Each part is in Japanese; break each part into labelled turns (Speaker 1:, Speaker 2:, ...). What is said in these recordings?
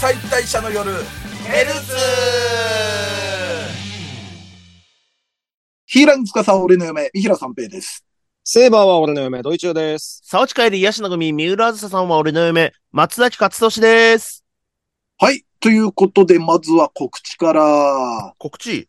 Speaker 1: 解体者の夜ヘルツヒーランツカさん、俺の嫁、三平三平です。
Speaker 2: セーバーは俺の嫁、ドイチューです。
Speaker 3: さおちかえり、やしの組、三浦あずささんは俺の嫁、松崎勝利です。
Speaker 1: はい。ということで、まずは告知から。は
Speaker 3: 告知。
Speaker 1: い。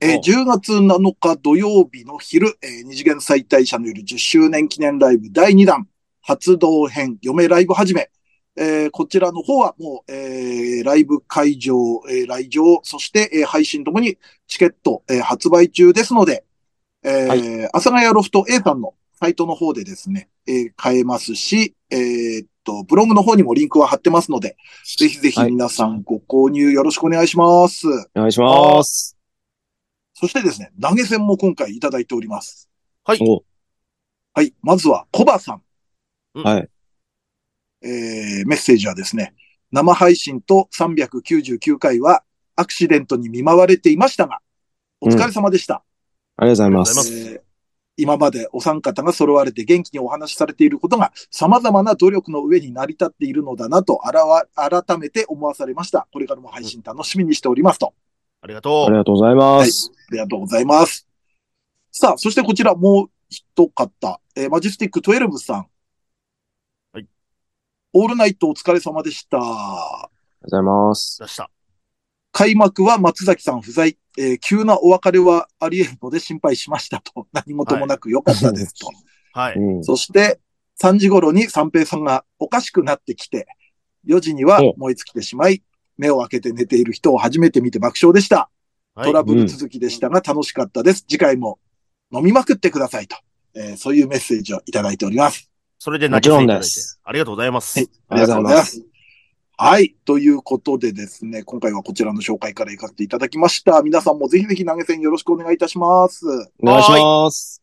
Speaker 1: えー
Speaker 2: お
Speaker 1: 10月7日土曜日の昼、えー二次元再退者の夜10周年記念ライブ第2弾、発動編、嫁ライブ始め。えーこちらの方はもう、えーライブ会場、えー来場、そして、えー配信ともにチケット、えー発売中ですので、えー
Speaker 2: は
Speaker 1: 阿佐ヶ谷ロフト A さんのサイトの方でですね、えー買えますし、えーっと、ブログの方にもリンクは貼ってますので、ぜひぜひ皆さんご購入よろしくお願いします。
Speaker 2: お願いします。
Speaker 1: そしてですね、投げ銭も今回いただいております。
Speaker 3: はい
Speaker 2: お
Speaker 1: はい。まずは、コバさん。
Speaker 2: はい。
Speaker 1: えーメッセージはですね、生配信と399回はアクシデントに見舞われていましたが、お疲れ様でした。
Speaker 2: ありがとうございます。
Speaker 3: ありがとうござい
Speaker 1: えー今までお三方が揃われて元気にお話しされていることが様々な努力の上に成り立っているのだなとあらわ改めて思わされました。これからも配信楽しみにしておりますと。
Speaker 3: ありがと
Speaker 2: あり
Speaker 3: う。
Speaker 2: がとうございます。
Speaker 1: ありがとうございます。さあ、そしてこちらもう一方、えーマジスティック12さん。
Speaker 3: はい。
Speaker 1: オールナイトお疲れ様でした。
Speaker 2: ありがとうございます。
Speaker 3: 出した。
Speaker 1: 開幕は松崎さん不在、えー急なお別れはあり得るので心配しましたと、 何事もなく良かったですと。
Speaker 3: はい。
Speaker 2: うん。
Speaker 1: そして、3時頃に三平さんがおかしくなってきて、4時には
Speaker 2: お
Speaker 1: 燃え尽きてしまい、目を開けて寝ている人を初めて見て爆笑でした。
Speaker 3: はい
Speaker 1: トラブル続きでしたが楽しかったです。次回も飲みまくってくださいと、えーそういうメッセージをいただいております。
Speaker 3: それで投げ銭いただいて。ありがとうございます。
Speaker 1: はい
Speaker 2: ありがとうございます。
Speaker 1: はい。ということでですね、今回はこちらの紹介から行かせていただきました。皆さんもぜひぜひ投げ銭よろしくお願いいたします。
Speaker 2: お願いします。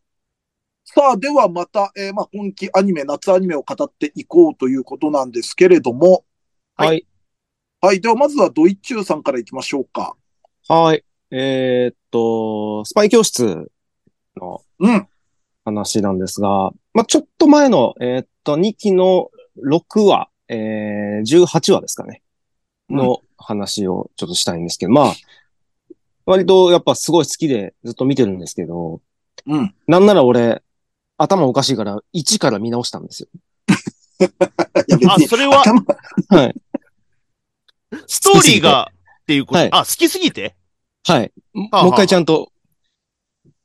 Speaker 1: さあ、ではまた、えーまあ、今期アニメ、夏アニメを語っていこうということなんですけれども、
Speaker 3: はい
Speaker 2: はい。
Speaker 1: はい。では、まずはドイッチューさんから行きましょうか。
Speaker 2: はい。えーっと、スパイ教室の
Speaker 1: うん。
Speaker 2: 話なんですが、まあ、ちょっと前の、えーっと、2期の6話、えー、18話ですかね、の話をちょっとしたいんですけど、まあ、割とやっぱすごい好きでずっと見てるんですけど、
Speaker 1: うん。
Speaker 2: なんなら俺、頭おかしいから、1から見直したんですよ。
Speaker 1: いや、別
Speaker 3: あ、
Speaker 1: に、
Speaker 3: それは、
Speaker 1: 頭
Speaker 2: はい。
Speaker 3: ストーリーが、っていうこと
Speaker 2: はい。
Speaker 3: あ、好きすぎて
Speaker 2: はい。
Speaker 3: はあ
Speaker 2: もう一回ちゃんと。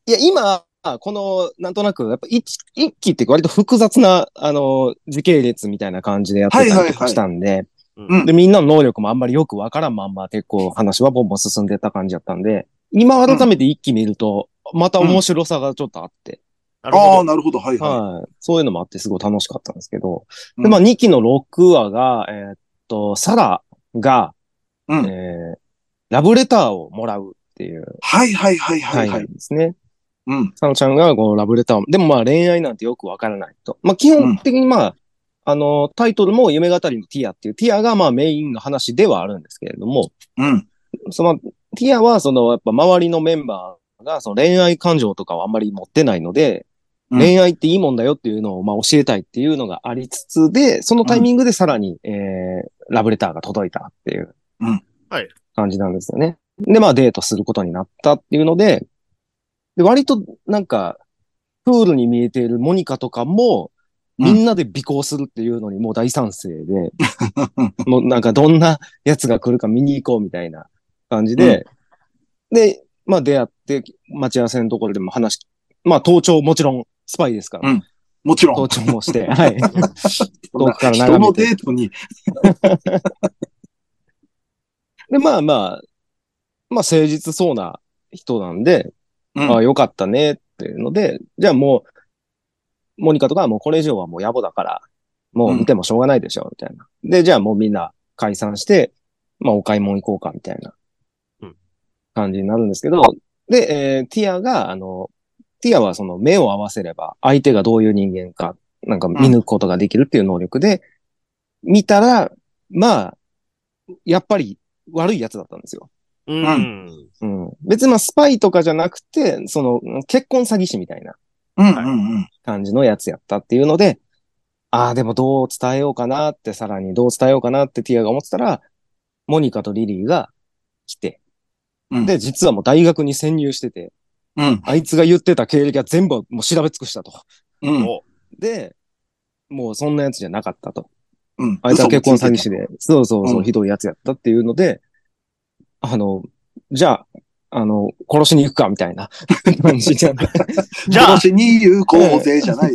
Speaker 2: いや、今、この、なんとなく、やっぱ一、一期って割と複雑な、あの、時系列みたいな感じでやって
Speaker 1: は
Speaker 2: た
Speaker 1: いは
Speaker 2: り
Speaker 1: い
Speaker 2: と
Speaker 1: は
Speaker 2: か
Speaker 1: い
Speaker 2: したんで、
Speaker 1: うん
Speaker 2: で、みんなの能力もあんまりよくわからんまんま結構話はボンボン進んでた感じだったんで、今改めて一期見ると、また面白さがちょっとあって、
Speaker 3: なる
Speaker 1: ああ、
Speaker 3: ほど。
Speaker 1: なるほど。はいは
Speaker 2: はい。そういうのもあってすごい楽しかったんですけど、
Speaker 1: う
Speaker 2: で、
Speaker 1: ん
Speaker 2: まあ2期の6話が、えーっと、サラが、
Speaker 1: い。 うん。
Speaker 2: えーラブレターをもらうっていう
Speaker 1: はいはいはいは
Speaker 2: 回
Speaker 1: い
Speaker 2: な
Speaker 1: は
Speaker 2: ん
Speaker 1: い。
Speaker 2: ですね。
Speaker 1: うん。
Speaker 2: サノちゃんがこうラブレターを、でもまあ恋愛なんてよくわからないと。まあ基本的にまあ、あの、タイトルも夢語りのティアっていう、ティアがまあメインの話ではあるんですけれども、
Speaker 1: うん。
Speaker 2: その、ティアはその、やっぱ周りのメンバーがその恋愛感情とかはあんまり持ってないので、
Speaker 1: うん
Speaker 2: 恋愛っていいもんだよっていうのをまあ教えたいっていうのがありつつで、そのタイミングでさらに、えー、ラブレターが届いたっていう
Speaker 1: うん
Speaker 3: はい
Speaker 2: 感じなんですよね。で、まあデートすることになったっていうので、で割となんか、プールに見えているモニカとかも、みんなで尾行するっていうのにもう大賛成で、もうなんかどんなやつが来るか見に行こうみたいな感じで、で、まあ出会って、待ち合わせのところでも話し、まあ盗聴もちろんスパイですから、
Speaker 1: うん もちろ
Speaker 2: 盗
Speaker 1: ん。
Speaker 2: 聴も して、はい。遠くから眺めて
Speaker 1: 人のデートに、
Speaker 2: で、まあまあ、まあ誠実そうな人なんで、
Speaker 1: うん
Speaker 2: ああよかったねっていうので、じゃあもう、モニカとかはもうこれ以上はもう野暮だから、もう見てもしょうがないでしょ、みたいな。で、じゃあもうみんな解散して、まあお買い物行こうか、みたいな
Speaker 3: うん
Speaker 2: 感じになるんですけど、で、えーティアが、あの、ティアはその目を合わせれば、相手がどういう人間か、なんか見抜くことができるっていう能力で、見たら、まあ、やっぱり悪いやつだったんですよ。
Speaker 3: うん。
Speaker 2: うん。別にまあスパイとかじゃなくて、そのうん結婚詐欺師みたいな
Speaker 1: うんうんうん。
Speaker 2: 感じのやつやったっていうので、ああ、でもどう伝えようかなって、さらにどう伝えようかなってティアが思ってたら、モニカとリリーが来て、
Speaker 1: うん
Speaker 2: で、実はもう大学に潜入してて、
Speaker 1: うん。
Speaker 2: あいつが言ってた経歴は全部もう調べ尽くしたと。
Speaker 1: うん。
Speaker 3: お
Speaker 2: で、もうそんなやつじゃなかったと。
Speaker 1: うん。
Speaker 2: あいつは結婚詐欺師で、そうそうそうう、
Speaker 1: ん
Speaker 2: ひどいやつやったっていうので、あの、じゃあ、あの、殺しに行くか、みたい な感じじゃない。
Speaker 3: じゃあ
Speaker 1: 今、年に有効勢じゃ ない。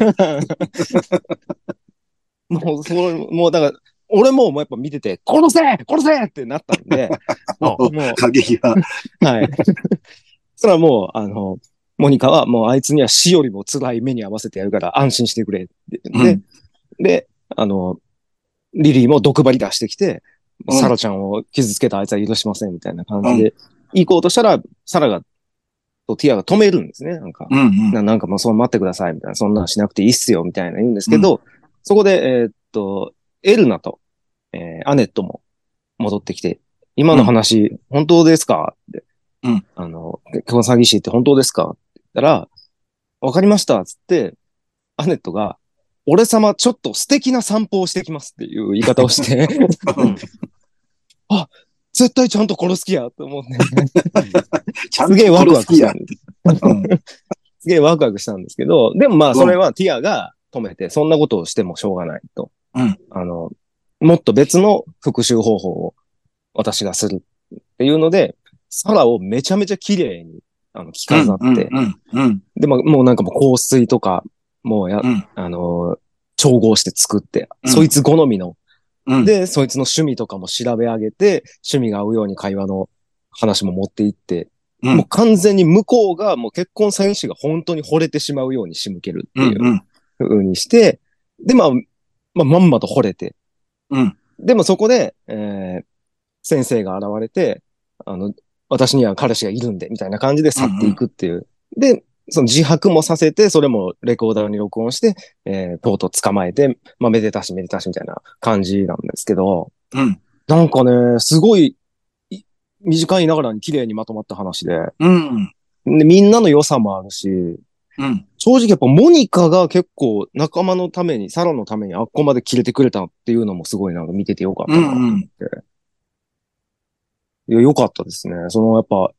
Speaker 2: もう、それ、もうだから、俺ももうやっぱ見てて、殺せ殺せってなったん で、もう、も
Speaker 1: 過激派。
Speaker 2: うはい。それはもう、あの、モニカはもうあいつには死よりも辛い目に合わせてやるから安心してくれって。
Speaker 1: う
Speaker 2: で
Speaker 1: ん、
Speaker 2: で、あの、リリーも毒針出してきて、
Speaker 1: うん
Speaker 2: サラちゃんを傷つけたあいつは許しませんみたいな感じで、行こうとしたら、サラが、とティアが止めるんですね、なんか。
Speaker 1: うんうん。
Speaker 2: ななんかもうそう待ってください、みたいな。そんなんしなくていいっすよ、みたいな言うんですけど、そこで、えーっと、エルナと、えーアネットも戻ってきて、今の話、本当ですかって。
Speaker 1: うん
Speaker 2: あの、結婚詐欺師って本当ですかって言ったら、わかりました、つって、アネットが、俺様ちょっと素敵な散歩をしてきますっていう言い方をして、絶対ちゃんと殺す気やと思って、
Speaker 1: ちゃんと
Speaker 2: すげえワクワ
Speaker 1: 殺す
Speaker 2: ク
Speaker 1: 気
Speaker 2: した
Speaker 1: や
Speaker 2: ん。です。すげえワクワクしたんですけど、でもまあそれはティアが止めて、そんなことをしてもしょうがないと。
Speaker 1: うん
Speaker 2: あの、もっと別の復讐方法を私がするっていうので、サラをめちゃめちゃ綺麗にあの着
Speaker 1: うん
Speaker 2: 飾って、
Speaker 1: うんうん
Speaker 2: で、まあもうなんかもう香水とか、もうや、
Speaker 1: うん
Speaker 2: あの、調合して作って、
Speaker 1: うん
Speaker 2: そいつ好みの、
Speaker 1: うん。
Speaker 2: で、そいつの趣味とかも調べ上げて、趣味が合うように会話の話も持っていって、
Speaker 1: うん
Speaker 2: もう完全に向こうがもう結婚詐欺師が本当に惚れてしまうように仕向けるっ
Speaker 1: う
Speaker 2: て
Speaker 1: ん
Speaker 2: いううん風にして、で、まあ、まあ、まんまと惚れて。
Speaker 1: うん
Speaker 2: でもそこで、えー先生が現れて、あの、私には彼氏がいるんで、みたいな感じで去っていくっていう。で、その自白もさせて、それもレコーダーに録音して、えーとうとう捕まえて、まあ、めでたしめでたしみたいな感じなんですけど、
Speaker 1: うん
Speaker 2: なんかね、すごい、い短いながらに綺麗にまとまった話で、
Speaker 1: うん
Speaker 2: で、みんなの良さもあるし、
Speaker 1: うん
Speaker 2: 正直やっぱモニカが結構仲間のために、サラのためにあっこまで切れてくれたっていうのもすごいなんか見ててよかった
Speaker 1: う
Speaker 2: なと思って。
Speaker 1: んうん
Speaker 2: いや、よかったですね。そのやっぱ、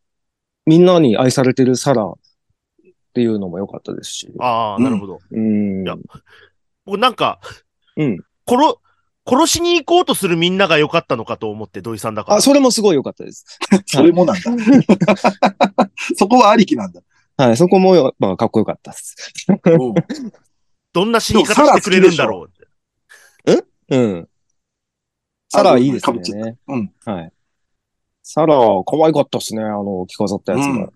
Speaker 2: みんなに愛されてるサラっていうのも良かったですし。
Speaker 3: ああ、なるほど。
Speaker 2: うん。
Speaker 3: いや僕なんか、
Speaker 2: うん
Speaker 3: 殺、殺しに行こうとするみんなが良かったのかと思って、土井さんだから。
Speaker 2: あ、それもすごい良かったです。
Speaker 1: それもなんだ。 そこはありきなんだ。
Speaker 2: はい、そこもやっぱかっこよかったです。
Speaker 1: うん
Speaker 3: どんな死に方してくれるんだろうって。
Speaker 2: うん。サラいいです
Speaker 1: あごめんかぶっ
Speaker 2: ね。
Speaker 1: うん。
Speaker 2: はい。サラ、可愛かったですね。あの、着飾ったやつ
Speaker 1: う
Speaker 2: が
Speaker 1: ん。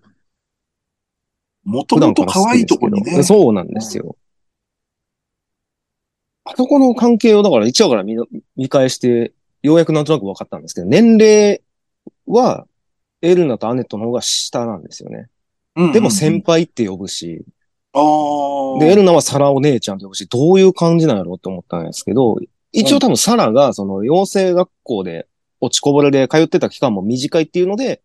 Speaker 1: もともと可愛いとこにね。
Speaker 2: そうなんですよ。あそこの関係を、だから一話から見の見返して、ようやくなんとなく分かったんですけど、年齢は、エルナとアネットの方が下なんですよね。
Speaker 1: うんうん
Speaker 2: でも先輩って呼ぶし、
Speaker 1: あー
Speaker 2: で、エルナはサラお姉ちゃんって呼ぶし、どういう感じなんやろうって思ったんですけど、一応多分サラが、その、養成学校で落ちこぼれで通ってた期間も短いっていうので、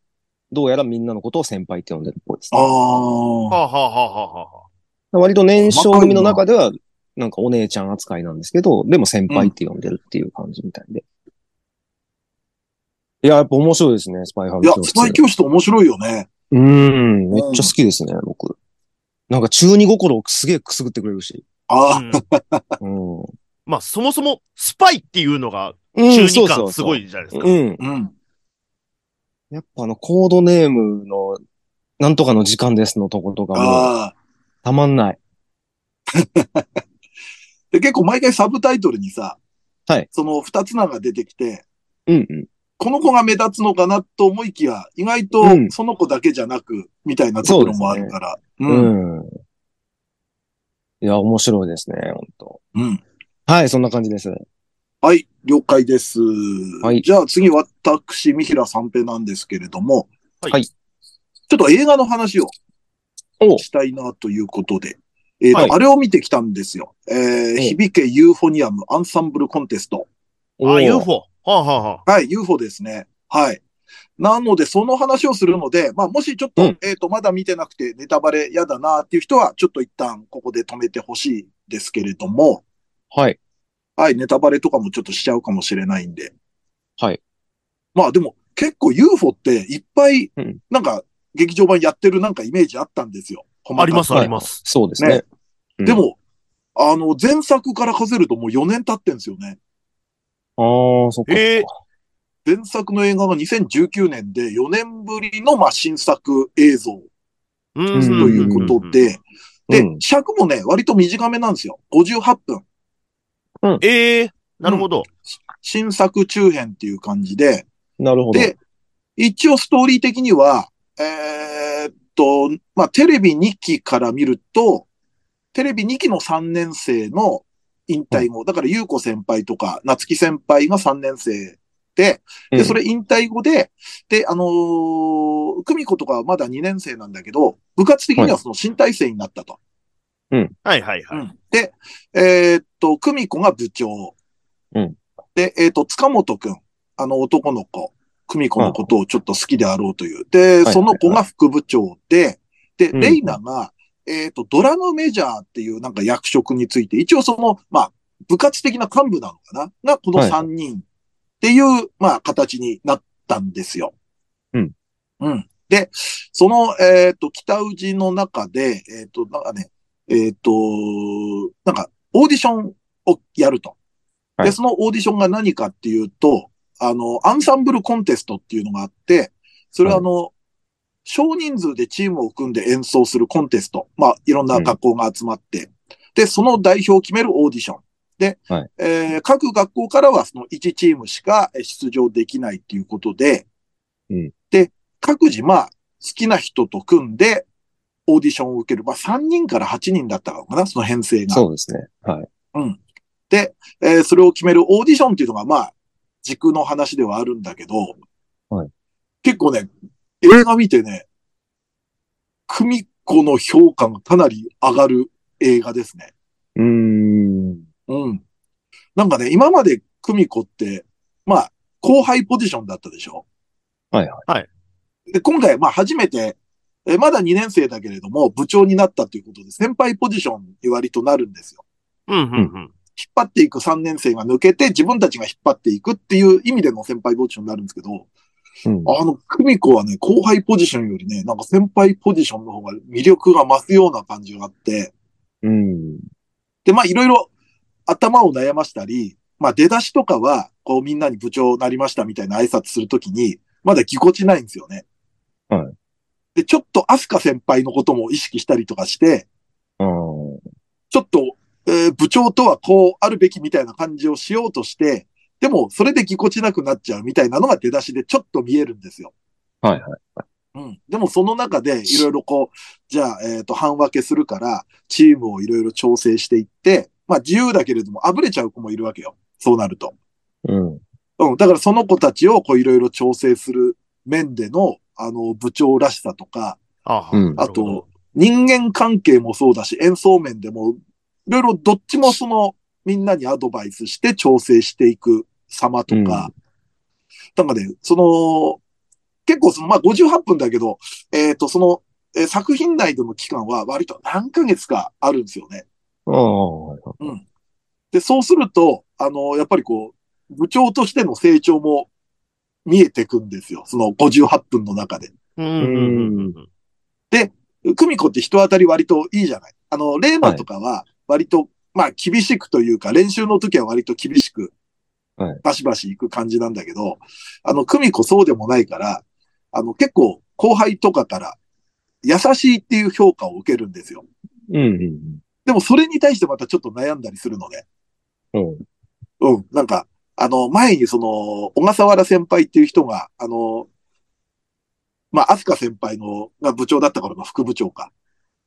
Speaker 2: どうやらみんなのことを先輩って呼んでるっぽいです、ね。
Speaker 1: あー
Speaker 3: はあ、はあはあはあはあ、
Speaker 2: 割と年少組の中では、なんかお姉ちゃん扱いなんですけど、でも先輩って呼んでるっていう感じみたいで。いや、やっぱ面白いですね、スパイファミ
Speaker 1: いや
Speaker 2: リ、ー。
Speaker 1: スパイ教師と面白いよね。
Speaker 2: うーん、めっちゃ好きですね、僕。なんか中二心をすげえくすぐってくれるし。
Speaker 1: ああ、
Speaker 3: うん
Speaker 2: うん。う
Speaker 3: まあ、そもそも、スパイっていうのが、
Speaker 2: んそう
Speaker 3: 中二
Speaker 2: そうそ
Speaker 3: 感
Speaker 2: う
Speaker 3: すごいじゃないですか。
Speaker 2: うん。
Speaker 1: うん。
Speaker 2: やっぱあの、コードネームの、なんとかの時間ですのとことかも、
Speaker 1: ああ。
Speaker 2: たまんない。
Speaker 1: で、結構毎回サブタイトルにさ、
Speaker 2: はい
Speaker 1: その二つ名が出てきて、
Speaker 2: うんうん。
Speaker 1: この子が目立つのかなと思いきや、意外と
Speaker 2: うん
Speaker 1: その子だけじゃなく、みたいなところもあるから。ううん。
Speaker 2: うん。いや、面白いですね、本当
Speaker 1: うん。
Speaker 2: はい、そんな感じです。
Speaker 1: はい、了解です。
Speaker 2: い
Speaker 1: じゃあ次、私、三平三平なんですけれども、
Speaker 3: はい
Speaker 2: はい
Speaker 1: ちょっと映画の話を
Speaker 2: お
Speaker 1: したいなということで、えっ、と、
Speaker 2: はい
Speaker 1: あれを見てきたんですよ。えー
Speaker 2: お
Speaker 1: 響けユーフォニアムアンサンブルコンテスト。
Speaker 3: あ
Speaker 2: お
Speaker 3: あ、
Speaker 2: ー
Speaker 3: UFO。はあ、はあはあ、
Speaker 1: はい、UFO ですね。はい。なので、その話をするので、まあ、もしちょっと、
Speaker 2: うん
Speaker 1: えっ、と、まだ見てなくて、ネタバレ嫌だなっていう人は、ちょっと一旦ここで止めてほしいですけれども、
Speaker 2: はい。
Speaker 1: はい、ネタバレとかもちょっとしちゃうかもしれないんで。
Speaker 2: はい。
Speaker 1: まあでも結構 UFO っていっぱい
Speaker 2: うん、
Speaker 1: なんか劇場版やってるなんかイメージあったんですよ。
Speaker 3: あります、
Speaker 2: はい
Speaker 3: あります。
Speaker 2: そうですね。
Speaker 1: ね
Speaker 2: うん
Speaker 1: で、も、あの、前作から数えるともう4年経ってんですよね。
Speaker 2: ああ、そっか。
Speaker 3: えー
Speaker 1: 前作の映画が2019年で4年ぶりのまあ新作映像
Speaker 3: うん
Speaker 2: うん
Speaker 1: ということ。
Speaker 3: うんうんうん
Speaker 1: で、で
Speaker 2: うん、
Speaker 1: 尺もね、割と短めなんですよ。58分。
Speaker 3: ええ、なるほど。
Speaker 1: 新作中編っていう感じで、
Speaker 2: なるほど。
Speaker 1: で、一応ストーリー的には、えーっと、まあ、テレビ2期から見ると、テレビ2期の3年生の引退後、だから優子先輩とか夏木先輩が3年生で、
Speaker 2: う
Speaker 1: で、
Speaker 2: ん
Speaker 1: そ、れ引退後で、で、あのー久美子とかはまだ2年生なんだけど、部活的にはその新体制になったと。
Speaker 3: はいはいはい。
Speaker 1: うんで、えーっと、久美子が部長。
Speaker 2: うん
Speaker 1: で、えーっと、塚本くん、あの男の子、久美子のことをちょっと好きであろうという。で、
Speaker 2: はい
Speaker 1: その子が副部長で、で、
Speaker 2: うん
Speaker 1: レイナが、えーっと、ドラムメジャーっていうなんか役職について、一応その、まあ、部活的な幹部なのかなが、この
Speaker 2: はい
Speaker 1: 3人っていう、まあ、形になったんですよ。
Speaker 2: うん。
Speaker 1: うん。で、その、えーっと、北氏の中で、えーっと、なんかね、えっ、と、なんか、オーディションをやると。
Speaker 2: は
Speaker 1: で、
Speaker 2: い
Speaker 1: そのオーディションが何かっていうと、あの、アンサンブルコンテストっていうのがあって、それはあの、少人数でチームを組んで演奏するコンテスト。まあ、いろんな学校が集まって、で、その代表を決めるオーディション。で、
Speaker 2: はい
Speaker 1: えー各学校からはその1チームしかえー出場できないっていうことで、
Speaker 2: うん
Speaker 1: で、各自まあ、好きな人と組んで、オーディションを受ける。まあ、3人から8人だったのかな、その編成が。
Speaker 2: そうですね。はい。
Speaker 1: うん。で、えーそれを決めるオーディションっていうのが、まあ、軸の話ではあるんだけど、
Speaker 2: はい
Speaker 1: 結構ね、映画見てね、久美子の評価がかなり上がる映画ですね。
Speaker 2: うーん。
Speaker 1: うん。なんかね、今まで久美子って、まあ、後輩ポジションだったでしょ
Speaker 2: はいはい
Speaker 3: はい
Speaker 1: で、今回、まあ、初めて、えーまだ2年生だけれども、部長になったということで、先輩ポジションに割となるんですよ。
Speaker 3: うんうんうん。
Speaker 1: 引っ張っていく3年生が抜けて、自分たちが引っ張っていくっていう意味での先輩ポジションになるんですけど、
Speaker 2: うん。
Speaker 1: あの、久美子はね、後輩ポジションよりね、なんか先輩ポジションの方が魅力が増すような感じがあって、
Speaker 2: うん。
Speaker 1: で、まあいろいろ頭を悩ましたり、まあ出だしとかは、こうみんなに部長になりましたみたいな挨拶するときに、まだぎこちないんですよね。
Speaker 2: はい。
Speaker 1: で、ちょっとアスカ先輩のことも意識したりとかして、
Speaker 2: あ
Speaker 1: ちょっと、えー部長とはこうあるべきみたいな感じをしようとして、でも、それでぎこちなくなっちゃうみたいなのが出だしでちょっと見えるんですよ。
Speaker 2: あ。はいはい。
Speaker 1: うん。でも、その中でいろいろこう、じゃあ、えっ、と、半分けするから、チームをいろいろ調整していって、まあ、自由だけれども、あぶれちゃう子もいるわけよ。そうなると。
Speaker 2: うん。
Speaker 1: うん。だから、その子たちをこう、いろいろ調整する面での、あの、部長らしさとか、
Speaker 3: あ
Speaker 2: うん
Speaker 1: あと、、人間関係もそうだし、演奏面でも、いろいろどっちもその、みんなにアドバイスして調整していく様とか、なんかね、その、結構その、まあ、58分だけど、えっ、と、その、えー作品内での期間は割と何ヶ月かあるんですよね。
Speaker 2: ああ、はいはい。
Speaker 1: で、そうすると、あの、やっぱりこう、部長としての成長も見えてくんですよ。その58分の中で。
Speaker 3: うんうんうんうん。
Speaker 1: 久美子って人当たり割といいじゃない。あの、レーマとかは割と、まあ厳しくというか、練習の時は割と厳しく
Speaker 2: はい、
Speaker 1: バシバシ行く感じなんだけど、あの、久美子そうでもないから、あの、結構後輩とかから優しいっていう評価を受けるんですよ。
Speaker 2: うんうん
Speaker 1: でもそれに対してまたちょっと悩んだりするので、
Speaker 2: うん。うん。
Speaker 1: うん、なんか、あの、前にその、小笠原先輩っていう人が、あの、まあ、飛鳥先輩の、が部長だった頃の副部長か。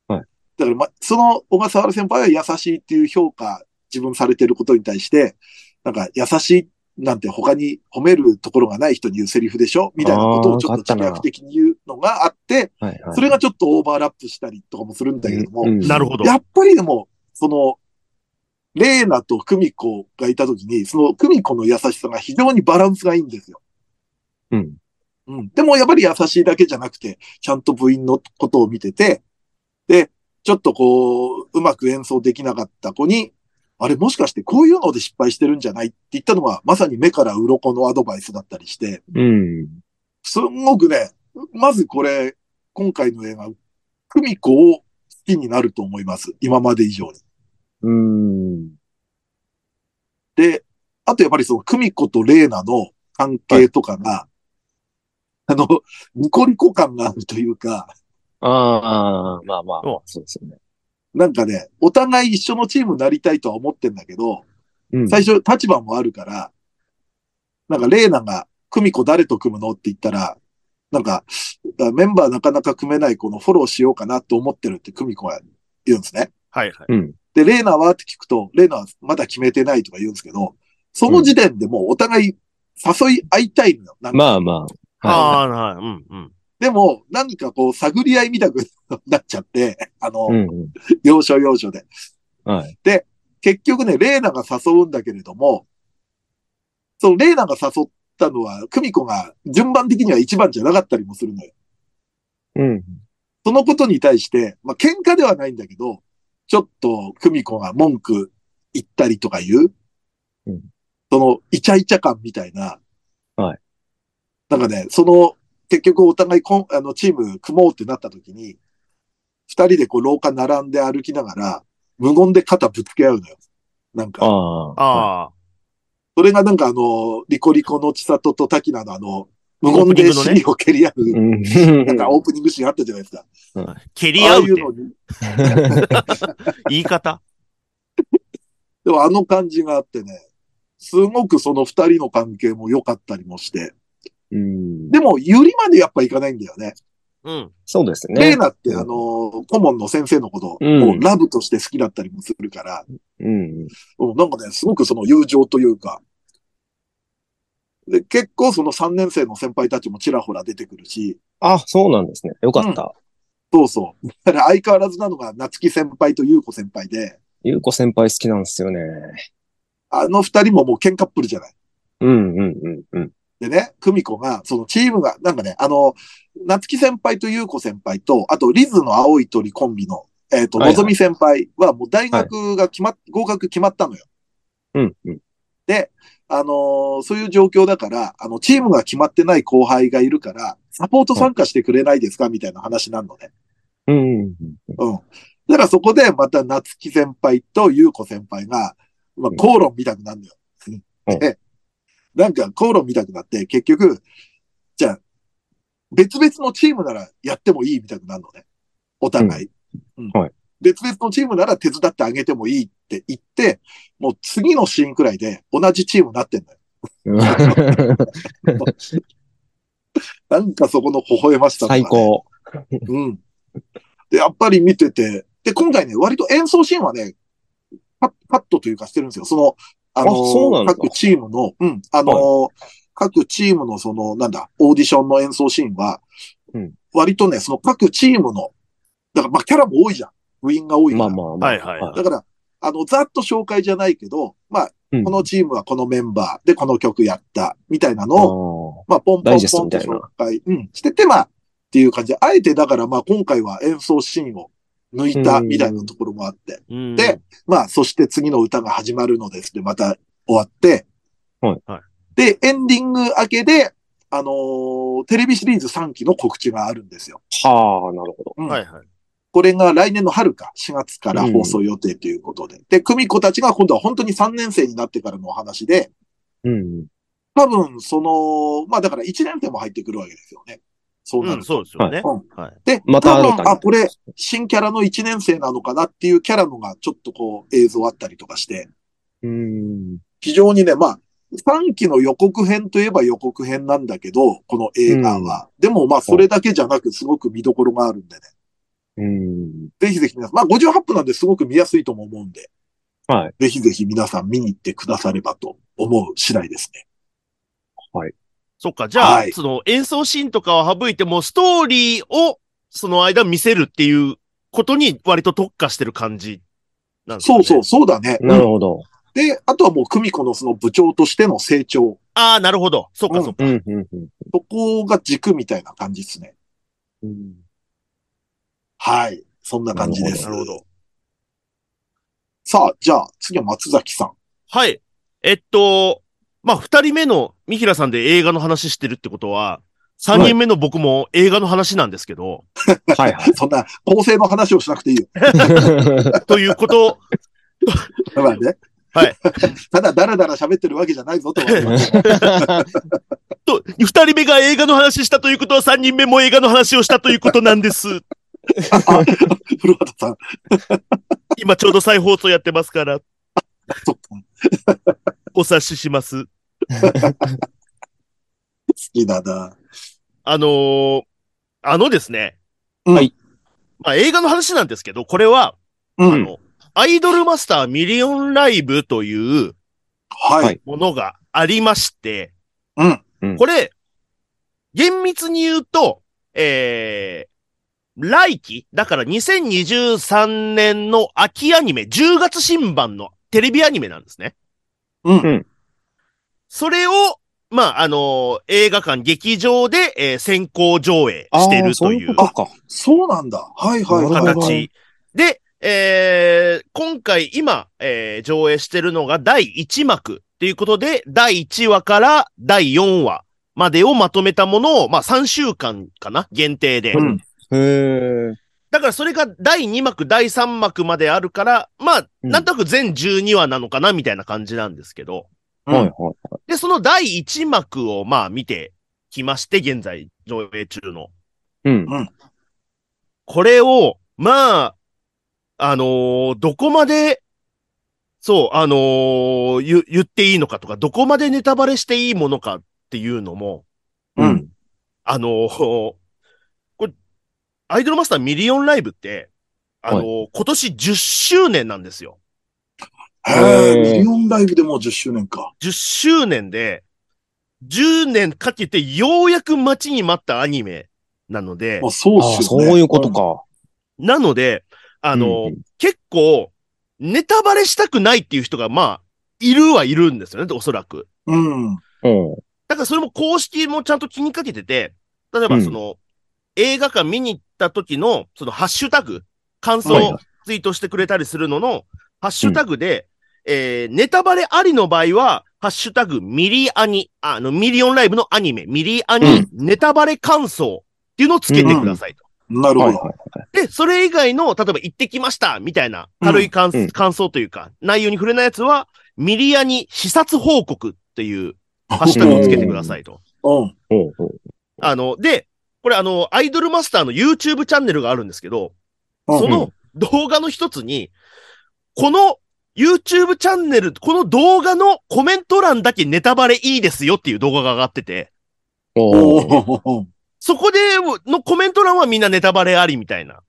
Speaker 2: はい
Speaker 1: だから、ま、その小笠原先輩は優しいっていう評価、自分されてることに対して、なんか、優しいなんて他に褒めるところがない人に言うセリフでしょみたいなことをちょっと
Speaker 2: あー
Speaker 1: 自
Speaker 2: なんかあったな
Speaker 1: 虐的に言うのがあって、
Speaker 2: はいはい。
Speaker 1: それがちょっとオーバーラップしたりとかもするんだけども、
Speaker 2: うん
Speaker 3: なるほど。
Speaker 1: やっぱりでも、その、レーナと久美子がいたときに、その久美子の優しさが非常にバランスがいいんですよ。
Speaker 2: うん。
Speaker 1: うん。でもやっぱり優しいだけじゃなくて、ちゃんと部員のことを見てて、で、ちょっとこう、うまく演奏できなかった子に、あれもしかしてこういうので失敗してるんじゃないって言ったのは、まさに目から鱗のアドバイスだったりして、
Speaker 2: うん。
Speaker 1: すんごくね、まずこれ、今回の映画、久美子を好きになると思います。今まで以上に。
Speaker 2: うん。
Speaker 1: で、あとやっぱりその、久美子と玲奈の関係とかが、あの、ニコニコ感があるというか、
Speaker 2: ああ、まあまあ
Speaker 3: そう、
Speaker 2: そうですよね。
Speaker 1: なんかね、お互い一緒のチームになりたいとは思ってんだけど、
Speaker 2: うん
Speaker 1: 最初立場もあるから、なんか玲奈が、久美子誰と組むのって言ったら、なんか、メンバーなかなか組めない子のフォローしようかなと思ってるって久美子は言うんですね。
Speaker 3: はいはい。
Speaker 1: で、レーナはって聞くと、レーナはまだ決めてないとか言うんですけど、その時点でもうお互い誘い合いたいのよ。なんか
Speaker 2: まあまあ。
Speaker 3: ああ、はい。うんうん。
Speaker 1: でも、何かこう、探り合いみたくなっちゃって、 あの、
Speaker 2: うんうん。
Speaker 1: 要所要所で。
Speaker 2: はい。
Speaker 1: 結局ね、レーナが誘うんだけれども、そのレーナが誘ったのは、久美子が順番的には一番じゃなかったりもするのよ。
Speaker 2: うん。
Speaker 1: そのことに対して、まあ、喧嘩ではないんだけど、ちょっと、久美子が文句言ったりとか言う、
Speaker 2: うん
Speaker 1: その、イチャイチャ感みたいな。
Speaker 2: はい。
Speaker 1: なんかね、その、結局お互いこん、あの、チーム組もうってなった時に、二人でこう、廊下並んで歩きながら、無言で肩ぶつけ合うのよ。なん
Speaker 2: あ
Speaker 1: か、
Speaker 2: あ。
Speaker 3: あ
Speaker 1: それがなんかあの、リコリコの千里と滝菜のあの、無言
Speaker 3: オープニン
Speaker 1: で
Speaker 3: グのね
Speaker 1: 尻を蹴り合う、
Speaker 2: うん。
Speaker 1: なんかオープニングシーンあったじゃないですか。
Speaker 3: あ。蹴り
Speaker 1: ああ
Speaker 3: 合うっ
Speaker 1: い
Speaker 3: て
Speaker 1: うのに、
Speaker 3: 言い方。
Speaker 1: でもあの感じがあってね、すごくその二人の関係も良かったりもして。
Speaker 2: うん
Speaker 1: でも、ゆりまでやっぱいかないんだよね。
Speaker 3: うん。
Speaker 2: そうです
Speaker 1: レ
Speaker 2: ね
Speaker 1: ー。ナってあのー、顧問の先生のことを、
Speaker 2: うん
Speaker 1: もうラブとして好きだったりもするから、
Speaker 2: うん。
Speaker 1: うんなんかね、すごくその友情というか、で結構その三年生の先輩たちもちらほら出てくるし、
Speaker 2: あ、そうなんですね。よかった。
Speaker 1: そうそう。だから相変わらずなのが、夏木先輩と優子先輩で、
Speaker 2: ゆうこ先輩好きなんですよね。
Speaker 1: あの二人ももう喧嘩っぷりじゃない。
Speaker 2: うんうんうんうん。
Speaker 1: でね、久美子が、そのチームが、なんかね、あの、夏木先輩と優子先輩と、あと、リズの青い鳥コンビの、えっ、と、
Speaker 2: はいはい
Speaker 1: のぞみ先輩は、もう大学が決まっ、合格決まったのよ。
Speaker 2: うんうん。
Speaker 1: あのーそういう状況だから、あの、チームが決まってない後輩がいるから、サポート参加してくれないですかみたいな話なのね。
Speaker 2: うんうんうん。
Speaker 1: うん。だからそこで、また夏木先輩と優子先輩が、まあ、
Speaker 2: うん
Speaker 1: 口論みたくなるのよ。
Speaker 2: うん
Speaker 1: で、なんか口論みたくなって、結局、じゃあ、別々のチームならやってもいいみたいになるのね。お互い。うん
Speaker 2: はい
Speaker 1: 別々のチームなら手伝ってあげてもいいって言って、もう次のシーンくらいで同じチームになってんだよ。なんかそこの微笑ましさとかね
Speaker 2: 最。高。
Speaker 1: うん。で、やっぱり見てて、で、今回ね、割と演奏シーンはね、カカットというかしてるんですよ。その、あの
Speaker 2: あそうなんだ
Speaker 1: 各チームの、うん、あの各チームのその、なんだ、オーディションの演奏シーンは、
Speaker 2: うん
Speaker 1: 割とね、その各チームの、だからまあキャラも多いじゃん。部員が多いか
Speaker 2: ま
Speaker 1: ら。
Speaker 2: あまあまあ。
Speaker 3: はいはい
Speaker 1: だから、あの、ざっと紹介じゃないけど、まあ、
Speaker 2: うん
Speaker 1: このチームはこのメンバーでこの曲やった、みたいなのを、
Speaker 2: あ
Speaker 1: まあ、ポンポ
Speaker 2: ダ
Speaker 1: ン
Speaker 2: イジェス
Speaker 1: ポ
Speaker 2: ト
Speaker 1: ン
Speaker 2: み
Speaker 1: と
Speaker 2: たいな
Speaker 1: 紹介、うん、してて、まあ、っていう感じで、あえてだから、まあ、今回は演奏シーンを抜いた
Speaker 2: うん
Speaker 1: みたいなところもあって、
Speaker 3: うん。
Speaker 1: で、まあ、そして次の歌が始まるのですで、また終わって、
Speaker 2: はい
Speaker 3: はい
Speaker 1: で、エンディング明けで、あのーテレビシリーズ3期の告知があるんですよ。
Speaker 2: あ。はあ、なるほど。
Speaker 1: うん
Speaker 3: はいはい。
Speaker 1: これが来年の春か、4月から放送予定ということで。で、久美子たちが今度は本当に3年生になってからのお話で、
Speaker 2: うん。
Speaker 1: 多分、その、まあだから1年生も入ってくるわけですよね。そうな
Speaker 3: う
Speaker 1: る
Speaker 3: ん、
Speaker 1: と。
Speaker 3: そうですよね。
Speaker 1: うん
Speaker 3: はい。
Speaker 1: で、
Speaker 2: また
Speaker 1: 多
Speaker 2: 新
Speaker 1: 分
Speaker 2: たに
Speaker 1: あ、これ、新キャラの1年生なのかなっていうキャラのが、ちょっとこう、映像あったりとかして、
Speaker 2: うん。
Speaker 1: 非常にね、まあ、3期の予告編といえば予告編なんだけど、この映画は。でもまあ、それだけじゃなく、すごく見どころがあるんでね。
Speaker 2: うん。
Speaker 1: ぜひぜひ皆さん、まあ、58分なんですごく見やすいとも思うんで、
Speaker 2: はい。
Speaker 1: ぜひぜひ皆さん見に行ってくださればと思う次第ですね。
Speaker 3: そっか、じゃあ、
Speaker 1: はい
Speaker 3: その演奏シーンとかは省いても、ストーリーをその間見せるっていうことに割と特化してる感じなんですか
Speaker 1: そ
Speaker 3: ね。
Speaker 1: うそう、そうだね。
Speaker 2: なるほど。
Speaker 1: で、あとはもう、久美子のその部長としての成長。
Speaker 3: ああ、なるほど。そっかそっか。
Speaker 2: うん、うん、うん
Speaker 1: そこが軸みたいな感じですね。
Speaker 2: うん。
Speaker 1: はい。そんな感じです。
Speaker 3: なるほど。
Speaker 1: さあ、じゃあ、次は松崎さん。
Speaker 3: はい。えっと、まあ、二人目の三平さんで映画の話してるってことは、三人目の僕も映画の話なんですけど、
Speaker 2: はい はい。
Speaker 1: そんな、構成の話をしなくていいよ。
Speaker 3: ということ、
Speaker 1: だからね。
Speaker 3: はい。
Speaker 1: ただ、だらだら喋ってるわけじゃないぞとは思います。
Speaker 3: と、二人目が映画の話したということは三人目も映画の話をしたということなんです。
Speaker 1: あ古畑さん、
Speaker 3: 今ちょうど再放送やってますから、
Speaker 1: そう好
Speaker 3: お察しします。
Speaker 1: きだな。
Speaker 3: あのーあのですね。
Speaker 1: はい。
Speaker 3: まあ、映画の話なんですけど、これは、
Speaker 1: う
Speaker 3: あ
Speaker 1: ん。
Speaker 3: の、アイドルマスターミリオンライブという
Speaker 1: はい。
Speaker 2: はい
Speaker 3: ものがありまして、
Speaker 1: うん。
Speaker 2: うん
Speaker 3: これ、厳密に言うと、えー、来期、だから2023年の秋アニメ、10月新版のテレビアニメなんですね。
Speaker 1: うん。
Speaker 3: それを、まあ、あのー映画館、劇場で、えー先行上映してるとい
Speaker 2: あーそうい
Speaker 3: う
Speaker 2: うことか。
Speaker 1: そうなんだ。はいはいはい、はい。
Speaker 3: 形。で、えー今回今、えー上映してるのが第1幕っていうことで、第1話から第4話までをまとめたものを、まあ3週間かな限定で。
Speaker 1: うん
Speaker 2: へえ。
Speaker 3: だからそれが第2幕、第3幕まであるから、まあ、
Speaker 2: うん
Speaker 3: なんとなく全12話なのかなみたいな感じなんですけど。
Speaker 1: うん
Speaker 2: はいはい。
Speaker 3: で、その第1幕をまあ見てきまして、現在上映中の。
Speaker 2: うん。
Speaker 3: これを、まあ、あのーどこまで、そう、あのー言、言っていいのかとか、どこまでネタバレしていいものかっていうのも、
Speaker 1: う
Speaker 2: うんん。
Speaker 3: あのーこれ、アイドルマスターミリオンライブって、あのー今年10周年なんですよ。
Speaker 1: へえ、
Speaker 2: へー
Speaker 1: ミリオンライブでもう10周年か。
Speaker 3: 10周年で、10年かけてようやく待ちに待ったアニメなので
Speaker 1: あ、、そうっ
Speaker 2: ああ、
Speaker 1: す
Speaker 2: そ
Speaker 1: よね。
Speaker 2: ういうことか。
Speaker 3: なので、あのー
Speaker 2: うんうん
Speaker 3: 結構、ネタバレしたくないっていう人が、まあ、いるはいるんですよね、おそらく。
Speaker 1: うん。うん。
Speaker 2: うん。
Speaker 3: だからそれも公式もちゃんと気にかけてて、例えばその、映画館見に行った時の、そのハッシュタグ、感想
Speaker 2: はい
Speaker 3: を
Speaker 2: は
Speaker 3: ツイートしてくれたりするのの、ハッシュタグで、えーネタバレありの場合は、ハッシュタグ、ミリアニ、ああの、ミリオンライブのアニメ、ミリアニ、
Speaker 2: うん
Speaker 3: ネタバレ感想っていうのをつけてくださいと。
Speaker 1: なるほ
Speaker 2: は
Speaker 1: ど。
Speaker 2: いはい
Speaker 3: で、それ以外の、例えば行ってきましたみたいな軽い感,、
Speaker 2: うん
Speaker 3: 感想というか、内容に触れないやつは、ミリアに視察報告っていうハッシュタグをつけてくださいと。
Speaker 1: うん。
Speaker 2: おうおう。
Speaker 3: あの、で、これあの、アイドルマスターの YouTube チャンネルがあるんですけど、
Speaker 1: うん
Speaker 3: その動画の一つに、この YouTube チャンネル、この動画のコメント欄だけネタバレいいですよっていう動画が上がってて、
Speaker 2: おう
Speaker 1: おー
Speaker 3: そこでのコメント欄はみんなネタバレありみたいな。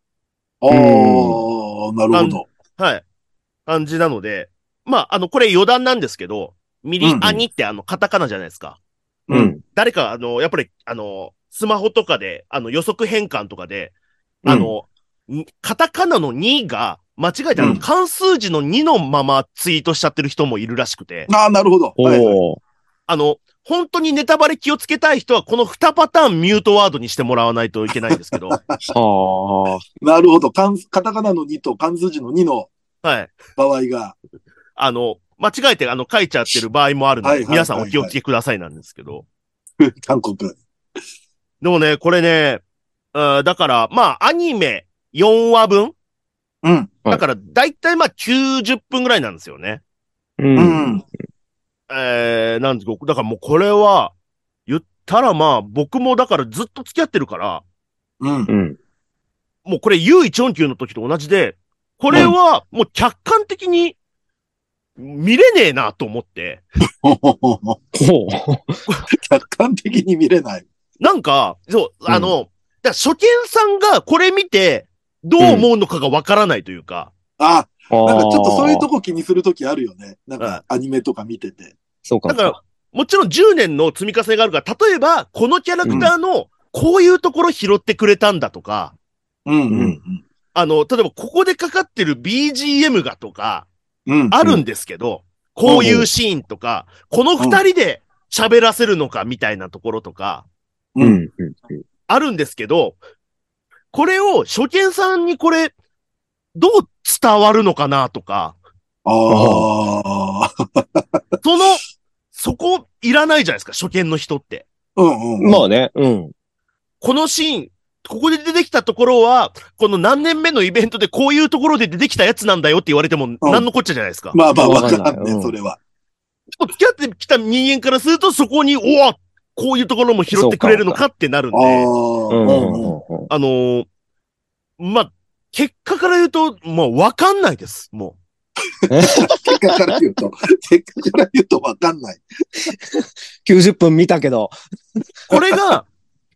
Speaker 1: あー、なるほど。
Speaker 3: はい。感じなので、まあ、あの、これ余談なんですけど、ミリアニってあの、カタカナじゃないですか。
Speaker 2: う。ん。
Speaker 3: 誰か、あの、やっぱり、あの、スマホとかで、あの、予測変換とかで、あの、にカタカナの2が、間違えて、あ
Speaker 1: う
Speaker 3: の、
Speaker 1: ん
Speaker 3: 関数字の2のままツイートしちゃってる人もいるらしくて、
Speaker 1: あー、なるほど。はいはい
Speaker 2: おお。
Speaker 3: あの、本当にネタバレ気をつけたい人は、この2パターンミュートワードにしてもらわないといけないんで すけど、
Speaker 2: は
Speaker 1: なるほど。漢カタカナの2と漢数字の2の
Speaker 3: はい。
Speaker 1: 場合 が。
Speaker 3: あの、間違えて、あの、書いちゃってる場合もあるの
Speaker 1: はい
Speaker 3: で、
Speaker 1: はい
Speaker 3: 皆さんお気をつけくださいなんですけど、
Speaker 1: 韓国。
Speaker 3: でもね、これね、うんだから、まあ、アニメ4話分
Speaker 1: うん。
Speaker 2: はい
Speaker 3: だから、だいたいまあ、90分ぐらいなんですよね。
Speaker 2: あ。う。
Speaker 1: うんん。
Speaker 3: えー、なんですだからもうこれは、言ったらまあ、僕もだからずっと付き合ってるから、
Speaker 1: うん
Speaker 2: う。ん。
Speaker 3: もうこれ U149 の時と同じで、これはもう客観的に見れねえなと思って、
Speaker 1: ほほほほ
Speaker 2: ほう。
Speaker 1: 客観的に見れない。
Speaker 3: なんか、そう、
Speaker 2: うん
Speaker 3: あの、だから初見さんがこれ見て、どう思うのかがわからないというか、
Speaker 1: あー、なんかちょっとそういうと
Speaker 2: こ。
Speaker 1: こ気にするときあるよね。なんかアニメとか見てて。
Speaker 2: そうか。
Speaker 3: だから、もちろん10年の積み重ねがあるから、例えば、このキャラクターのこういうところ拾ってくれたんだとか、
Speaker 1: うんうん
Speaker 3: あの、例えばここでかかってる BGM がとか、
Speaker 1: うん。うん。
Speaker 3: あるんですけど、こういうシーンとか、この二人で喋らせるのかみたいなところとか、
Speaker 2: うん。うん。うん
Speaker 3: あるんですけど、これを初見さんにこれ、どう伝わるのかなとか、
Speaker 1: ああ。
Speaker 3: その、そこいらないじゃないですか、初見の人って。
Speaker 1: うんうん。
Speaker 2: まあね、うん。
Speaker 3: このシーン、ここで出てきたところは、この何年目のイベントでこういうところで出てきたやつなんだよって言われても、何のこっちゃじゃないですか。
Speaker 1: まあまあ、わからん
Speaker 2: わかんな
Speaker 1: ね、
Speaker 2: いうん
Speaker 1: それは。
Speaker 3: 付き合ってきた人間からすると、そこに、おおこういうところも拾ってくれるのかってなるん
Speaker 1: ああ。
Speaker 3: で、
Speaker 2: うんう
Speaker 1: うんうん
Speaker 2: んうんうん
Speaker 3: あのーまあ、結果から言うと、もうわかんないです、も
Speaker 1: 結果から言うと、 結果から言うとわかんない。
Speaker 2: 90分見たけど。
Speaker 3: う。これ が、